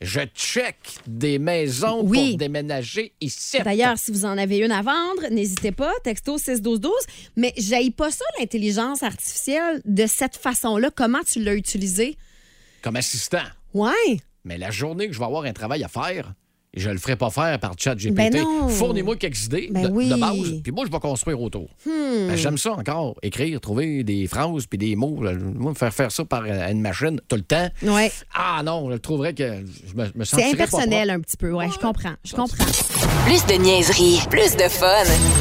je check des maisons Oui. pour déménager ici. (laughs) D'ailleurs, si vous en avez une à vendre, n'hésitez pas, texto 61212. Mais j'aille pas ça, l'intelligence artificielle, de cette façon-là. Comment tu l'as utilisée? Comme assistant. Ouais. Mais la journée que je vais avoir un travail à faire, je le ferai pas faire par chat GPT. Ben non. Fournez-moi quelques idées Ben de, oui. Hmm. de base, puis moi, je vais construire autour. Ben, J'aime ça encore, écrire, trouver des phrases puis des mots. là. Moi, me faire faire ça par euh, une machine tout le temps. Ouais. Ah non, je trouverais que je me, je me C'est sentirais pas impersonnel un petit peu. Ouais, je comprends. Je comprends. Plus de niaiserie, plus de fun.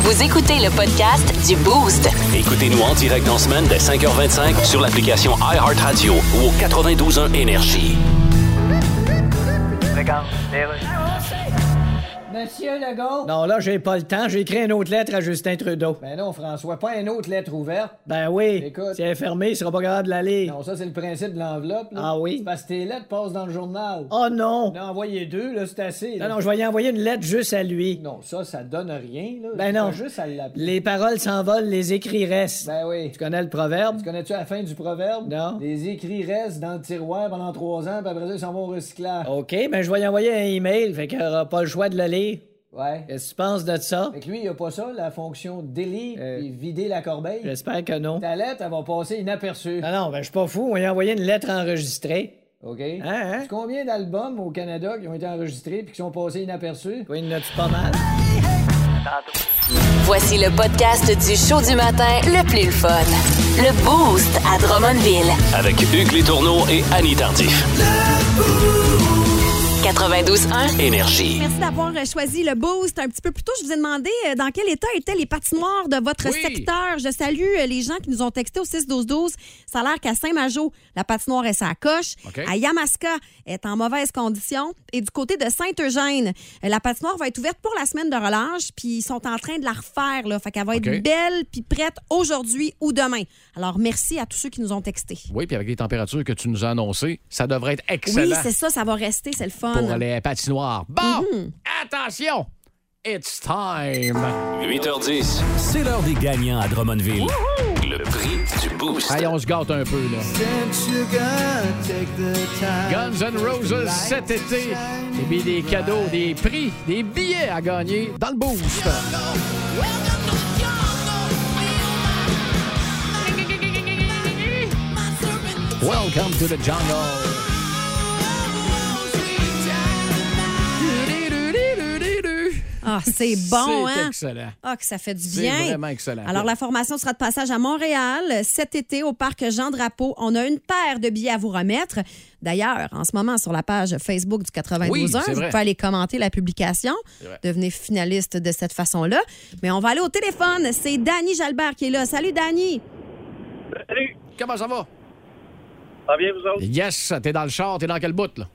Vous écoutez le podcast du Boost. Écoutez-nous en direct en semaine dès 5h25 sur l'application iHeartRadio ou au 92.1 Énergie. Regarde, Monsieur Legault. Non, là, j'ai pas le temps. J'ai écrit une autre lettre à Justin Trudeau. Ben non, François, pas une autre lettre ouverte. Ben oui. Écoute. Si elle est fermée, il sera pas capable de la lire. Non, ça, c'est le principe de l'enveloppe. là. Ah oui? C'est parce que tes lettres passent dans le journal. Oh non. On a envoyé deux, là, c'est assez. Non, là. non, je vais y envoyer une lettre juste à lui. Non, ça, ça donne rien, là. Ben non. T'as juste à l'appeler. Les paroles s'envolent, les écrits restent. Ben oui. Tu connais le proverbe? Tu connais-tu la fin du proverbe? Non. Les écrits restent dans le tiroir pendant trois ans, puis après ça, ils s'en vont au recyclage. OK, ben je vais y envoyer un email, fait qu'il aura pas le choix de le lire. Ouais. Qu'est-ce que tu penses de ça? Fait que lui, il a pas ça, la fonction délire Oh. Euh. et vider la corbeille. J'espère que non. Ta lettre, elle va passer inaperçue. Non, non, ben je suis pas fou, on va y envoyer une lettre enregistrée. OK? C'est Combien d'albums au Canada qui ont été enregistrés puis qui sont passés inaperçus? Oui, il y en a-tu pas mal? Voici le podcast du show du matin le plus fun. Le Boost à Drummondville. Avec Hugues Létourneau et Annie Tardif. 92.1 Énergie. Merci d'avoir euh, choisi le boost un petit peu plus tôt. Je vous ai demandé euh, dans quel état étaient les patinoires de votre Oui. secteur. Je salue euh, les gens qui nous ont texté au 6-12-12. Ça a l'air qu'à Saint-Major, la patinoire est sa coche. OK. À Yamaska, elle est en mauvaise condition. Et du côté de Saint-Eugène, euh, la patinoire va être ouverte pour la semaine de relâche. Puis ils sont en train de la refaire. Là. Fait qu'elle va être OK. belle puis prête aujourd'hui ou demain. Alors merci à tous ceux qui nous ont texté. Oui, puis avec les températures que tu nous as annoncées, ça devrait être Oui, excellent c'est ça, ça va rester, c'est le fun. pour les patinoires. Bon, Mm-hmm. attention, it's time. 8h10, c'est l'heure des gagnants à Drummondville. Le prix du boost. Allez, on se gâte un peu, là. Guns N' Roses cet été. J'ai mis des cadeaux, des prix, des billets à gagner dans le boost. Welcome to the jungle. Ah, c'est bon, (laughs) C'est hein? excellent. Ah, que ça fait du C'est bien. vraiment excellent. Alors, la formation sera de passage à Montréal euh, cet été au parc Jean Drapeau. On a une paire de billets à vous remettre. D'ailleurs, en ce moment, sur la page Facebook du 92 Oui, c'est heures, vous vrai. pouvez aller commenter la publication. vrai. Devenez finaliste de cette façon-là. Mais on va aller au téléphone. C'est Danny Jalbert qui est là. Salut, Danny. Salut, Comment ça va? ça va bien, vous autres? Yes, t'es dans le char, t'es dans quel bout, là?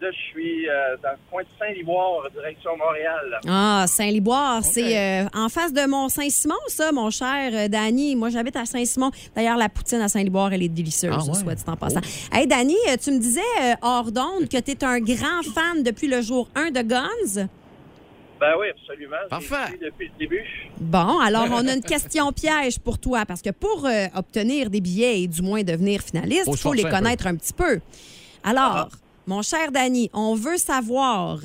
Là, je suis euh, dans le coin de Saint-Liboire, direction Montréal. Ah, Saint-Liboire, c'est euh, en face de Mont-Saint-Simon, ça, mon cher euh, Danny. Moi, j'habite à Saint-Simon. D'ailleurs, la poutine à Saint-Liboire, elle est délicieuse, Ah ouais? soit dit en passant. Hey, Danny, euh, tu me disais euh, hors d'onde que tu es un grand fan depuis le jour 1 de Guns. Ben oui, absolument. J'ai Parfait. suivi Depuis le début. Bon, alors, on a une question piège pour toi, parce que pour euh, obtenir des billets et du moins devenir finaliste, Faut il se faut les forcer un Ah, connaître un petit peu. Alors, mon cher Danny, on veut savoir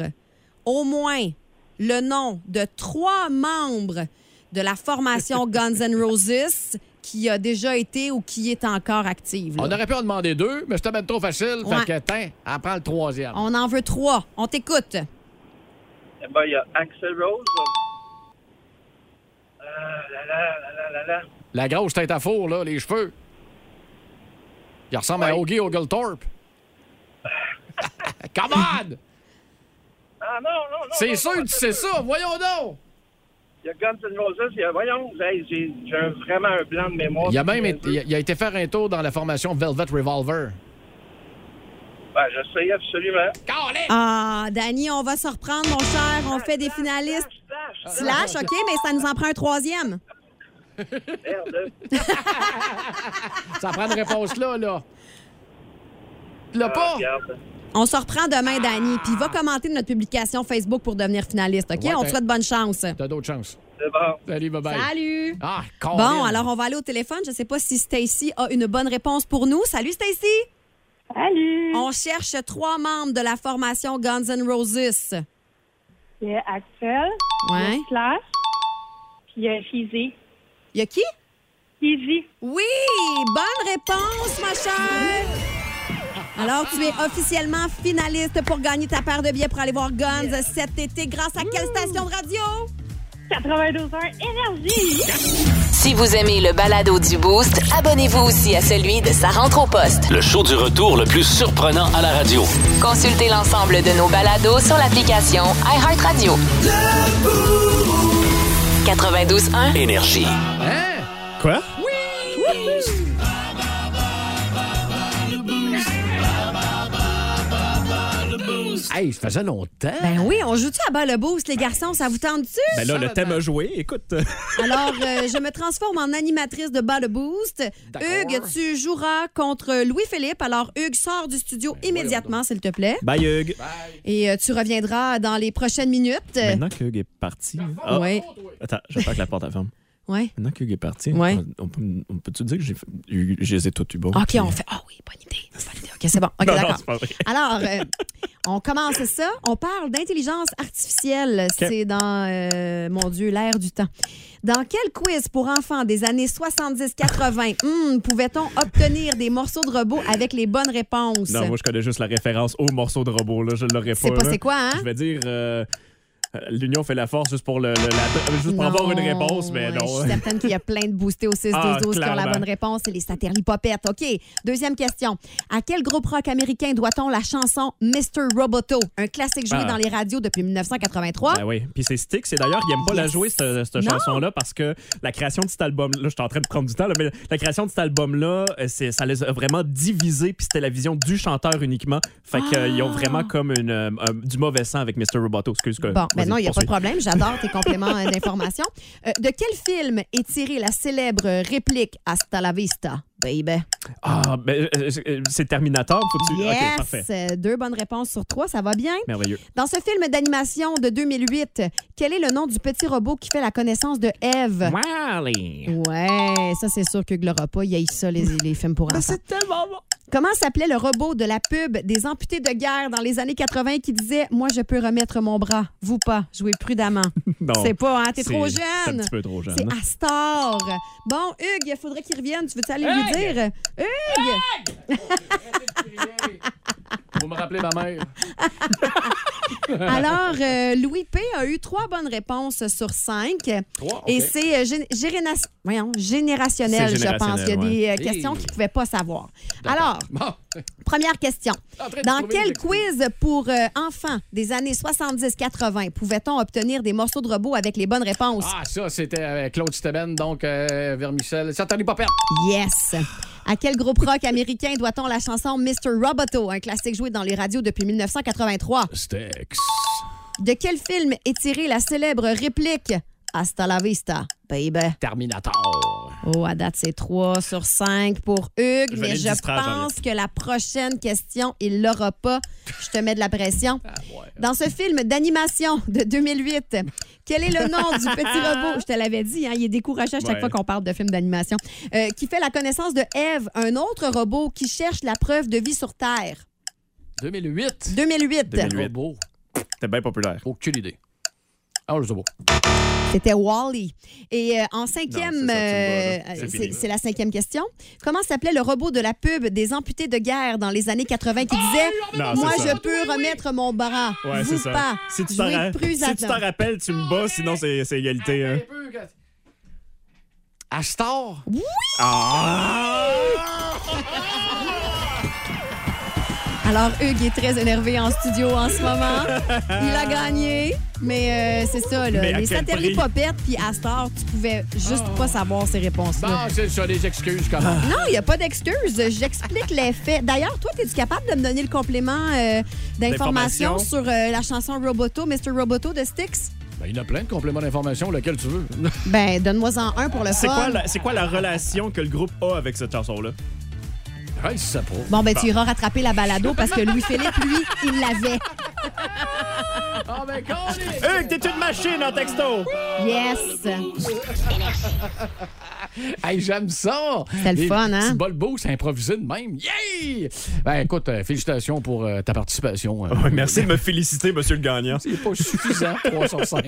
au moins le nom de trois membres de la (laughs) formation Guns N' Roses qui a déjà été ou qui est encore active. là. On aurait pu en demander deux, mais c'était même trop facile. Ouais. Fait que, tiens, apprends le troisième. On en veut trois. On t'écoute. Eh ben, il y a Axel Rose. Ah, là, là, là, là, là, là. La grosse tête à four, là, les cheveux. Il ressemble à Ouais. Augie Oglethorpe. (laughs) Come on! Ah non, non, non. C'est non, sûr non, que tu sais ça, voyons donc! Il y a Guns N' Roses, il y a, voyons, hey, j'ai j'ai un- vraiment un blanc de mémoire. Il a même été, il a- il a été faire un tour dans la formation Velvet Revolver. Ben, je sais absolument. Calé! Ah, Danny, on va se reprendre, mon cher. On fait des finalistes. Slash, slash, Slash, OK, mais ça nous en prend un troisième. merde. hein. Ça prend une réponse là, là. Tu l'as Ah, pas? regarde. On se reprend demain, Dani, puis va commenter notre publication Facebook pour devenir finaliste, OK? Ouais, on t'as- te souhaite bonne chance. T'as d'autres chances. C'est bon. Salut, bye-bye. Salut! Ah, Bon, alors on va aller au téléphone. Je ne sais pas si Stacy a une bonne réponse pour nous. Salut, Stacy! Salut! On cherche trois membres de la formation Guns N' Roses. Il y a Axel, Ouais. Slash, puis il y a Fizzy. Y a qui? Fizzy. Oui! Bonne réponse, ma chère! Alors, tu es officiellement finaliste pour gagner ta paire de billets pour aller voir Guns cet été grâce à quelle station de radio? 92 heures énergie! Si vous aimez le balado du Boost, abonnez-vous aussi à celui de Sa rentre au poste. Le show du retour le plus surprenant à la radio. Consultez l'ensemble de nos balados sur l'application iHeartRadio. 92.1 Énergie. Hein? Quoi? Hey, ça faisait longtemps. Ben oui, on joue-tu à bas le boost, les garçons? Ça vous tente-tu? Ben là, le thème a joué. (laughs) Écoute. Alors, euh, je me transforme en animatrice de Bas le Boost. D'accord. Hugues, tu joueras contre Louis-Philippe. Alors, Hugues, sors du studio Ben, immédiatement, s'il te plaît. Bye, Hugues. Et euh, tu reviendras dans les prochaines minutes. Maintenant que Hugues est parti. Ah, Ouais. Attends, j'attends que la porte elle ferme. Ouais. Maintenant que Hugues est parti, Ouais. on, on peut, on peut-tu dire que j'ai fait- eu- je les ai tous eu bons? OK, puis- (laughs) on fait. Ah oui, bonne idée. Bonne idée, OK. OK, c'est bon. OK, Non, non, d'accord. c'est pas vrai. Alors, euh, on commence ça. On parle d'intelligence artificielle. C'est dans, euh, mon Dieu, l'ère du temps. Dans quel quiz pour enfants des années 70-80 hmm, pouvait-on obtenir des morceaux de robots avec les bonnes réponses? Non, moi, je connais juste la référence au morceau de robot. Là. Je l'aurais pas. C'est pas là. c'est quoi, hein? Je vais dire. euh, euh, L'union fait la force juste pour, le, le- la- juste pour avoir une réponse, mais Je non. suis certaine qu'il y a plein de boostés au 6-12-12 Ah, qui ont la clairement. bonne réponse. C'est les Saterlipopettes. OK. Deuxième question. À quel groupe rock américain doit-on la chanson Mr. Roboto, un classique joué Ah. dans les radios depuis 1983? Ben oui. Puis c'est Styx. Et d'ailleurs, il aime pas la jouer, cette, cette Non. chanson-là, parce que la création de cet album-là, je suis en train de prendre du temps, là, mais la création de cet album-là, euh, c'est- ça les a vraiment divisés. Puis c'était la vision du chanteur uniquement. Fait qu'ils ont vraiment comme une, euh, euh, du mauvais sang avec Mr. Roboto. Excuse que. Ah. Bon, ben vas-y, non, il n'y a pas de poursuis. problème. J'adore (laughs) tes compléments euh, d'information. Euh, de quel film est tirée la célèbre réplique Hasta la vista, baby? Ah, ben, euh, euh, c'est Terminator. Faut-tu. Yes! Ok, parfait. Euh, Deux bonnes réponses sur trois, ça va bien. Merveilleux. Dans ce film d'animation de 2008, quel est le nom du petit robot qui fait la connaissance de Eve? Wally. Ouais, ça c'est sûr que l'aura pas, il y a ça les, les films (laughs) pour enfants. c'est tellement bon. Comment s'appelait le robot de la pub des amputés de guerre dans les années 80 qui disait Moi je peux remettre mon bras, vous pas, jouez prudemment. (laughs) Non. C'est pas, hein? T'es C'est- trop c'est un jeune. petit peu trop jeune. hein. C'est Astor. Bon, Hugues, il faudrait qu'il revienne. Tu veux-tu aller lui Hugues! dire? Hugues! Vous me rappelez ma mère. (laughs) Alors, euh, Louis P a eu trois bonnes réponses sur cinq. Trois, Et ok. c'est euh, gé- géréna- voyons, générationnel, C'est je pense. Il y a générationnel, des euh, ouais. questions Hey. qu'il ne pouvait pas savoir. Alors, première question. En train de Dans Ah, trouver quel les quiz pour euh, enfants des années 70-80 pouvait-on obtenir des morceaux de robot avec les bonnes réponses? Ah, ça, c'était avec Claude Steben, donc euh, Vermicelle. Ça t'en est pas perdre. Yes. À quel groupe rock américain doit-on la chanson Mr. Roboto, un classique joué dans les radios depuis 1983? Stex. De quel film est tirée la célèbre réplique Hasta la vista, baby? Terminator. Oh, à date, c'est 3 sur 5 pour Hugues, Je vais mais aller je le distraire, pense que la prochaine question, il l'aura pas. Je te mets de la pression. Ah, Dans ce film d'animation de 2008, quel est le nom du petit robot? Je te l'avais dit, hein, il est découragé à chaque Ouais. fois qu'on parle de film d'animation. Euh, qui fait la connaissance de Eve, un autre robot qui cherche la preuve de vie sur Terre. 2008. 2008. Beau. C'était bien populaire. Aucune idée. Ah, je sais pas. C'était Wally. Et euh, en Non, cinquième, c'est ça, tu me euh, bats, là. C'est euh, fini. c'est c'est la cinquième question. Comment s'appelait le robot de la pub des amputés de guerre dans les années 80 qui disait Non, c'est Moi, ça. je peux remettre mon bras. Ouais, vous c'est ça. pas. Si tu Jouez t'en ra- plus si tu t'en attends. rappelles, tu me bats, sinon c'est c'est égalité. hein. Astor? Oui! Ah! Alors, Hugues est très énervé en studio en ce (laughs) moment. Il a gagné, mais euh, c'est ça, là. Mais à les quel satellites prix? popettes puis Astor, tu pouvais juste pas savoir ces réponses-là. Bon, Ah, c'est ça, des excuses, comment? Non, il n'y a pas d'excuse. J'explique les faits. D'ailleurs, toi, es-tu capable de me donner le complément euh, d'information D'information. sur euh, la chanson Roboto, Mr. Roboto de Styx? Ben, il y en a plein de compléments d'information, lequel tu (laughs) veux. Ben, donne-moi-en un pour le C'est fun. quoi, la- c'est quoi la relation que le groupe a avec cette chanson-là? Ah, il sait pas. Bon, ben, tu iras rattraper la balado parce que Louis-Philippe, lui, il l'avait. Ah, ben, con! Hugues, t'es une machine en texto! Yes! Hey, j'aime ça! C'était le fun, hein? Petit bol beau, c'est improvisé de même. Yay! Ben, écoute, euh, félicitations pour euh, ta participation. euh. Ah Ouais, merci de me féliciter, monsieur le gagnant. C'est pas suffisant, (laughs) 305.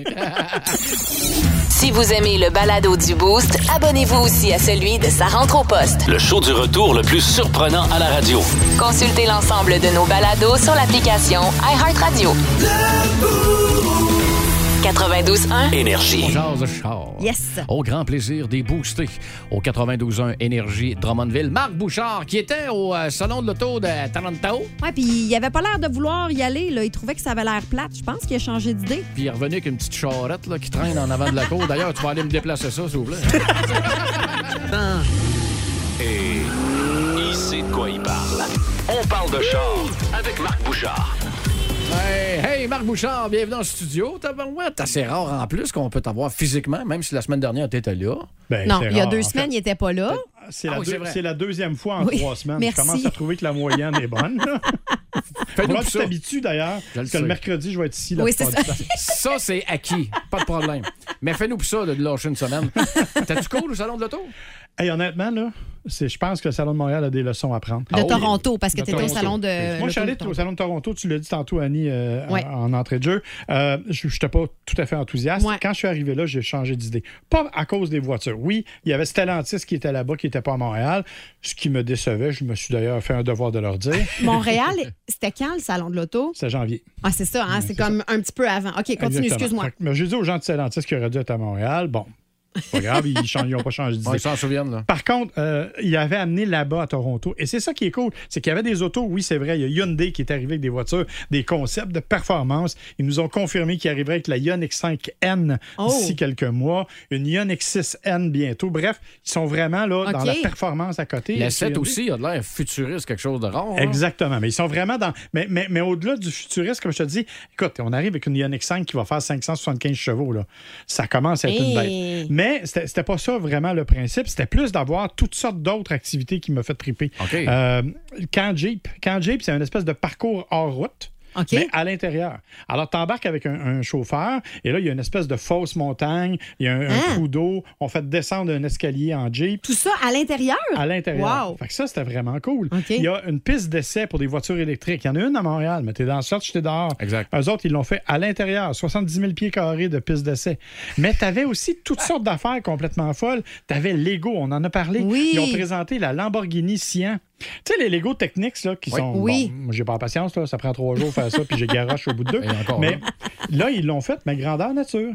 Si vous aimez le balado du Boost, abonnez-vous aussi à celui de Sa rentre au poste. Le show du retour le plus surprenant à la radio. Consultez l'ensemble de nos balados sur l'application iHeartRadio. 92.1 Énergie. On jase de char. Yes. Au grand plaisir des boostés au 92.1 Énergie Drummondville. Marc Bouchard, qui était au euh, salon de l'auto de Toronto, Ouais, puis il avait pas l'air de vouloir y aller, là. Il trouvait que ça avait l'air plate. Je pense qu'il a changé d'idée. puis il est revenu avec une petite charrette là, qui traîne en avant de la cour. D'ailleurs, tu vas aller me déplacer ça, s'il vous plaît. Et il sait de quoi il parle. On parle de char avec Marc Bouchard. Hey, hey, Marc Bouchard, bienvenue en studio. Tabarouette, assez rare en plus qu'on peut t'avoir physiquement, même si la semaine dernière, t'étais là. Ben, Ben, non, il y a deux semaines, il était pas là. C'est Ah la, oui, deux- c'est vrai. c'est la deuxième fois en Oui, trois semaines. merci. Je commence à trouver que la moyenne (laughs) est bonne. Faudra que tout tu ça. t'habitues d'ailleurs. Parce que sais. le mercredi, je vais être ici. La Oui, plupart c'est du ça. temps. Ça, c'est acquis. Pas de problème. Mais fais-nous pour ça, là, de lâcher une semaine. T'as-tu cool au salon de l'auto? Hey, honnêtement, là, c'est- je pense que le Salon de Montréal a des leçons à prendre. De Toronto, parce que Ah De t'étais au Toronto. Salon de- Moi, je suis allé l'Auto de au Salon de Toronto, tu l'as dit tantôt, Annie, euh, en- Ouais. en, entrée de jeu. Euh, je n'étais pas tout à fait enthousiaste. Quand je suis arrivé là, j'ai changé d'idée. Pas à cause des voitures. Oui, il y avait Stellantis qui était là-bas, qui n'était pas à Montréal, ce qui me décevait. Je me suis d'ailleurs fait un devoir de leur dire. (laughs) Montréal, c'était quand le salon de l'auto? C'est janvier. Ah, c'est ça, hein, c'est comme un petit peu avant. OK, continue, Exactement. excuse-moi. Fait que, mais J'ai dit aux gens de Stellantis qui auraient dû être à Montréal. Bon, pas grave, (laughs) ils n'ont pas changé d'idée. Ouais, ils s'en souviennent, là. Par contre, euh, il avait amené là-bas à Toronto. Et c'est ça qui est cool. C'est qu'il y avait des autos, oui, c'est vrai. Il y a Hyundai qui est arrivé avec des voitures, des concepts de performance. Ils nous ont confirmé qu'il arriverait avec la Ioniq 5N Oh. d'ici quelques mois, une Ioniq 6N bientôt. Bref, ils sont vraiment là dans OK. la performance à côté. La Et c'est 7 Hyundai. aussi a de l'air futuriste, quelque chose de rare. hein. Exactement. Mais ils sont vraiment dans. Mais, mais, mais au-delà du futuriste, comme je te dis, écoute, on arrive avec une Ioniq 5 qui va faire 575 chevaux. Là. Ça commence à être Hey! une bête. Mais c'était c'était pas ça vraiment le principe. C'était plus d'avoir toutes sortes d'autres activités qui me fait triper. Euh, quand Jeep, quand Jeep, c'est un espèce de parcours hors route. Mais à l'intérieur. Alors, tu embarques avec un, un chauffeur et là, il y a une espèce de fausse montagne, il y a un, un trou d'eau, on fait descendre un escalier en Jeep. Tout ça à l'intérieur? À l'intérieur. Wow. Fait que ça, c'était vraiment cool. Il y a une piste d'essai pour des voitures électriques. Il y en a une à Montréal, mais t'es dans le short, j'étais dehors. Exact. Eux autres, ils l'ont fait à l'intérieur, 70 000 pieds carrés de piste d'essai. Mais t'avais aussi toutes sortes d'affaires complètement folles. T'avais Lego, on en a parlé. Ils ont présenté la Lamborghini Sian. Tu sais, les Lego Technics, là, qui Oui. sont. Oui. bon, moi, j'ai pas la patience, là, ça prend trois jours faire ça, puis j'ai garoche au bout de deux. (laughs) Et encore, Mais là, ils l'ont fait, mais grandeur nature.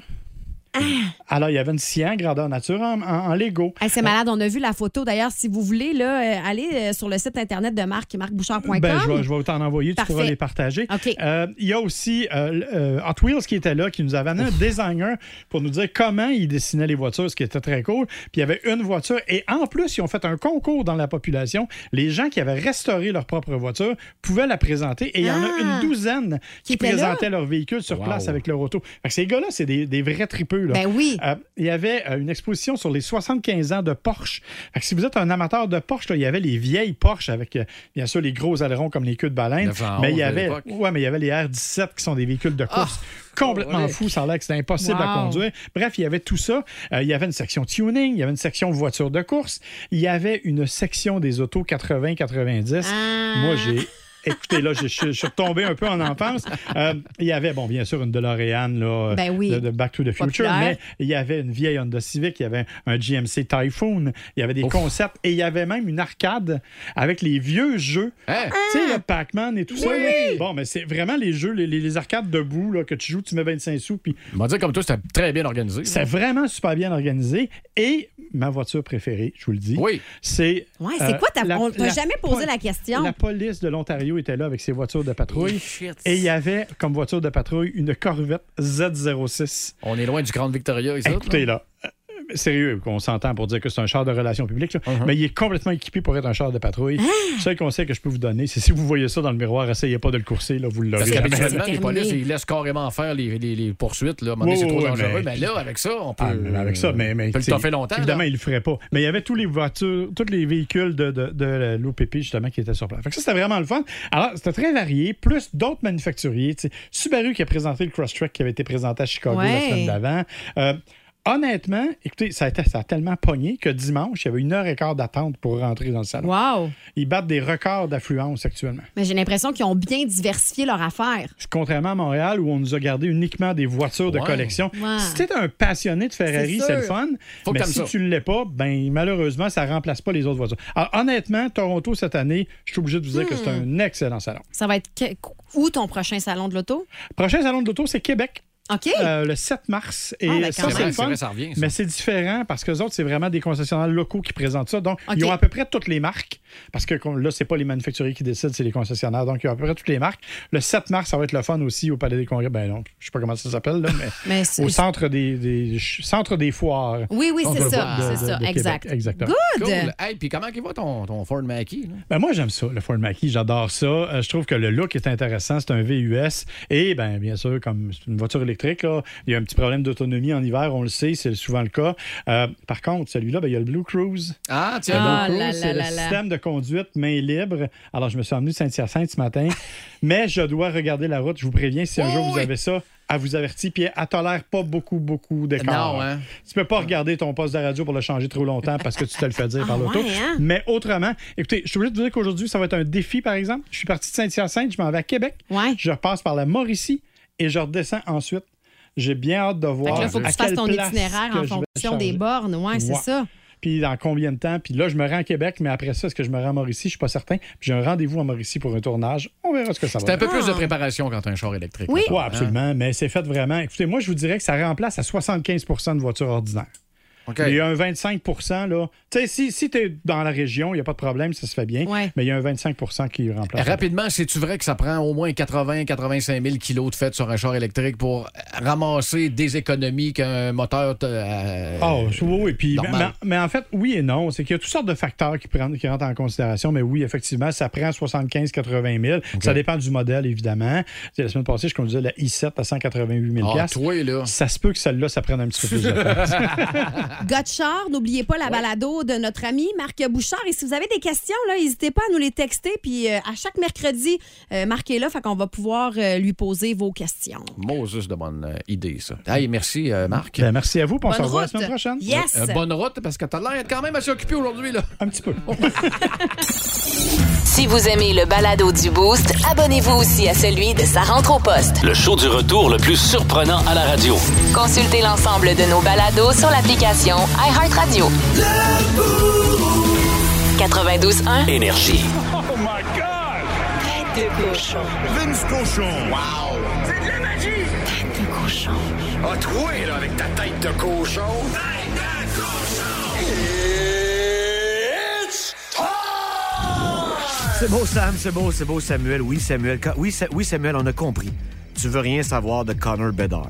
Alors, il y avait une Sian grandeur nature en, en- en Lego. Hey, c'est malade, on a vu la photo. D'ailleurs, si vous voulez, là, euh, allez euh, sur le site internet de Marc, marcbouchard.com. Ben, je vais, je vais t'en envoyer, Parfait. tu pourras les partager. Euh, il y a aussi euh, l- euh, Hot Wheels qui était là, qui nous avait amené un designer pour nous dire comment il dessinait les voitures, ce qui était très cool. Puis il y avait une voiture et en plus, ils ont fait un concours dans la population. Les gens qui avaient restauré leur propre voiture pouvaient la présenter et il y en Ah! a une douzaine qui, étaient là? présentaient leur véhicule sur Wow. place avec leur auto. Fait que ces gars-là, c'est des, des vrais tripeux. là. Ben oui. Euh, il y avait euh, une exposition sur les 75 ans de Porsche. Fait que si vous êtes un amateur de Porsche, là, il y avait les vieilles Porsche avec, euh, bien sûr, les gros ailerons comme les queues de baleine. 911 Mais il, y de avait, l'époque. ouais, mais il y avait les R17 qui sont des véhicules de course complètement ouais. fous. Ça a l'air que c'était impossible à Ah, Wow. conduire. Bref, il y avait tout ça. Euh, il y avait une section tuning, il y avait une section voiture de course, il y avait une section des autos 80-90. Ah. Moi, j'ai. Écoutez, là, je, je- je suis retombé un peu en enfance. Euh, il y avait, bon, bien sûr, une DeLorean là, Ben oui. de, de Back to the Future, Populaire. mais il y avait une vieille Honda Civic, il y avait un GMC Typhoon, il y avait des concepts et il y avait même une arcade avec les vieux jeux. Ah! Hein? Tu sais, le Pac-Man et tout ça. Oui. là. Bon, mais c'est vraiment les jeux, les, les- les arcades debout là, que tu joues, tu mets 25 sous. Puis On va dire comme toi, c'était très bien organisé. c'est vraiment super bien organisé. Et ma voiture préférée, je vous le dis, c'est. Ouais, c'est euh, quoi ta. la- on t'a la- jamais posé la question. la police de l'Ontario était là avec ses voitures de patrouille. Shit. Et il y avait comme voiture de patrouille une Corvette Z06. On est loin du Grand Victoria ici. Écoutez là. euh, Sérieux, on s'entend pour dire que c'est un char de relations publiques, là, mais il est complètement équipé pour être un char de patrouille. Le seul conseil que je peux vous donner, c'est si vous voyez ça dans le miroir, essayez pas de le courser, là, vous l'aurez. Parce jamais. qu'habituellement, les polices, ils laissent carrément faire les, les- les poursuites. Là. À un moment donné, Oui, c'est trop oui, dangereux. Mais... mais- là, avec ça, on peut. Ah, mais avec ça, mais. mais on peut euh, le t'sais, toffer longtemps. Évidemment, là. il le ferait pas. Mais il y avait tous les voitures, tous les véhicules de, de, de l'OPP, justement, qui étaient sur place. Fait que ça, c'était vraiment le fun. Alors, c'était très varié, plus d'autres manufacturiers. t'sais. Subaru qui a présenté le Crosstrek qui avait été présenté à Chicago la Ouais. semaine d'avant. Euh, Honnêtement, écoutez, ça a, été- ça a tellement pogné que dimanche, il y avait une heure et quart d'attente pour rentrer dans le salon. Wow! Ils battent des records d'affluence actuellement. Mais j'ai l'impression qu'ils ont bien diversifié leur affaire. Contrairement à Montréal, où on nous a gardé uniquement des voitures de Ouais. collection. Ouais. Si t'es un passionné de Ferrari, C'est c'est le sûr. fun. Faut que mais t'aimes si ça. tu ne l'es pas, ben, malheureusement, ça ne remplace pas les autres voitures. Alors, honnêtement, Toronto, cette année, je suis obligé de vous dire que c'est un excellent salon. Ça va être que- où ton prochain salon de l'auto? Prochain salon de l'auto, c'est Québec. OK. Euh, le 7 mars. Et Ah, ben, quand ça, même. c'est C'est le vrai, fun. c'est vrai, ça revient, ça. Mais c'est différent parce que autres, c'est vraiment des concessionnaires locaux qui présentent ça. Donc, OK. ils ont à peu près toutes les marques. Parce que comme là, c'est pas les manufacturiers qui décident, c'est les concessionnaires. Donc, ils ont à peu près toutes les marques. Le 7 mars, ça va être le fun aussi au Palais des Congrès. Ben non, je sais pas comment ça s'appelle, là, mais, Mais c'est- au centre des, des- ch- centre des foires. Oui, oui, On c'est va ça, voir de- c'est de- ça, de Québec. exact. Exactement. Good! Cool. Hey, puis comment il va ton, ton Ford Mackie? là? Ben moi, j'aime ça, le Ford Mackie. J'adore ça. Euh, je trouve que le look est intéressant. C'est un VUS. Et ben, bien sûr, comme c'est une voiture électrique, là, il y a un petit problème d'autonomie en hiver, on le sait, c'est souvent le cas. Euh, par contre, celui-là, ben, il y a le Blue Cruise. Ah, tiens. Ah le Blue là Cruise, là c'est le là là. système de conduite, main libre. Alors, je me suis emmené de Saint-Hyacinthe ce matin, mais je dois regarder la route. Je vous préviens, si un Oui, jour vous oui. avez ça, elle vous avertit, puis elle tolère pas beaucoup, beaucoup d'écart. Non, hein? Tu peux pas regarder ton poste de radio pour le changer trop longtemps parce que tu te le fais dire par Ah, l'auto. ouais, hein? Mais autrement, écoutez, je suis obligé de vous dire qu'aujourd'hui, ça va être un défi, par exemple. Je suis parti de Saint-Hyacinthe, je m'en vais à Québec. Je repasse par la Mauricie et je redescends ensuite. J'ai bien hâte de Fait voir. que là, il faut que à tu fasses quelle ton place itinéraire en que je vais fonction des changer. bornes. Ouais, c'est Ouais. ça. Puis dans combien de temps? Puis là, je me rends à Québec, mais après ça, est-ce que je me rends à Mauricie? Je suis pas certain. Puis j'ai un rendez-vous à Mauricie pour un tournage. On verra ce que ça va C'est un peu donner. plus de préparation quand t'as un char électrique. Ah. Oui, mettons, hein? absolument, mais c'est fait vraiment. Écoutez, moi, je vous dirais que ça remplace à 75 de voitures ordinaires. Il y a un 25 là. Tu sais, si, si tu es dans la région, il n'y a pas de problème, ça se fait bien. Mais il y a un 25 qui remplace. Rapidement, c'est-tu vrai que ça prend au moins 80-85 000 kilos de fête sur un char électrique pour ramasser des économies qu'un moteur... euh, Ah, oui, oui, puis, mais, normal. mais en fait, oui et non. C'est qu'il y a toutes sortes de facteurs qui, prennent, qui rentrent en considération, mais oui, effectivement, ça prend 75-80 000. Ça dépend du modèle, évidemment. Tu sais, La semaine passée, je conduisais la i7 à 188 000 Ah, toi, là. Ça se peut que celle-là, ça prenne un petit peu plus de (laughs) temps. Gotchard, n'oubliez pas la balado de notre ami Marc Bouchard. Et si vous avez des questions, là, n'hésitez pas à nous les texter. Puis euh, à chaque mercredi, euh, Marc est là, fait qu'on va pouvoir euh, lui poser vos questions. Moses de bonne euh, idée, ça. Hey, merci, euh, Marc. Ben, merci à vous, puis on Bonne se revoit la route. semaine prochaine. Yes. Euh, bonne route, parce que t'as l'air quand même assez occupé aujourd'hui, là. Un petit peu. Si vous aimez le balado du Boost, abonnez-vous aussi à celui de sa rentre au poste. Le show du retour le plus surprenant à la radio. Consultez l'ensemble de nos balados sur l'application iHeartRadio. 92.1 Énergie. Oh my God! Tête de cochon. Vince cochon. Wow. C'est de la magie. Tête de cochon. Ah, troué, là, avec ta tête de cochon. Tête de cochon. It's C'est beau, Sam, c'est beau, c'est beau, Samuel. Oui, Samuel. Ca- Oui, Sa- oui, Samuel, on a compris. Tu veux rien savoir de Connor Bedard.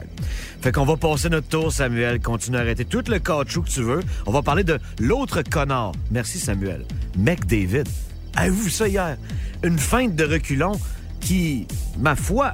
Fait qu'on va passer notre tour, Samuel. Continue à arrêter tout le caoutchouc que tu veux. On va parler de l'autre connard. Merci, Samuel. Mec David. Avez-vous vu ça hier? Une feinte de reculon qui, ma foi,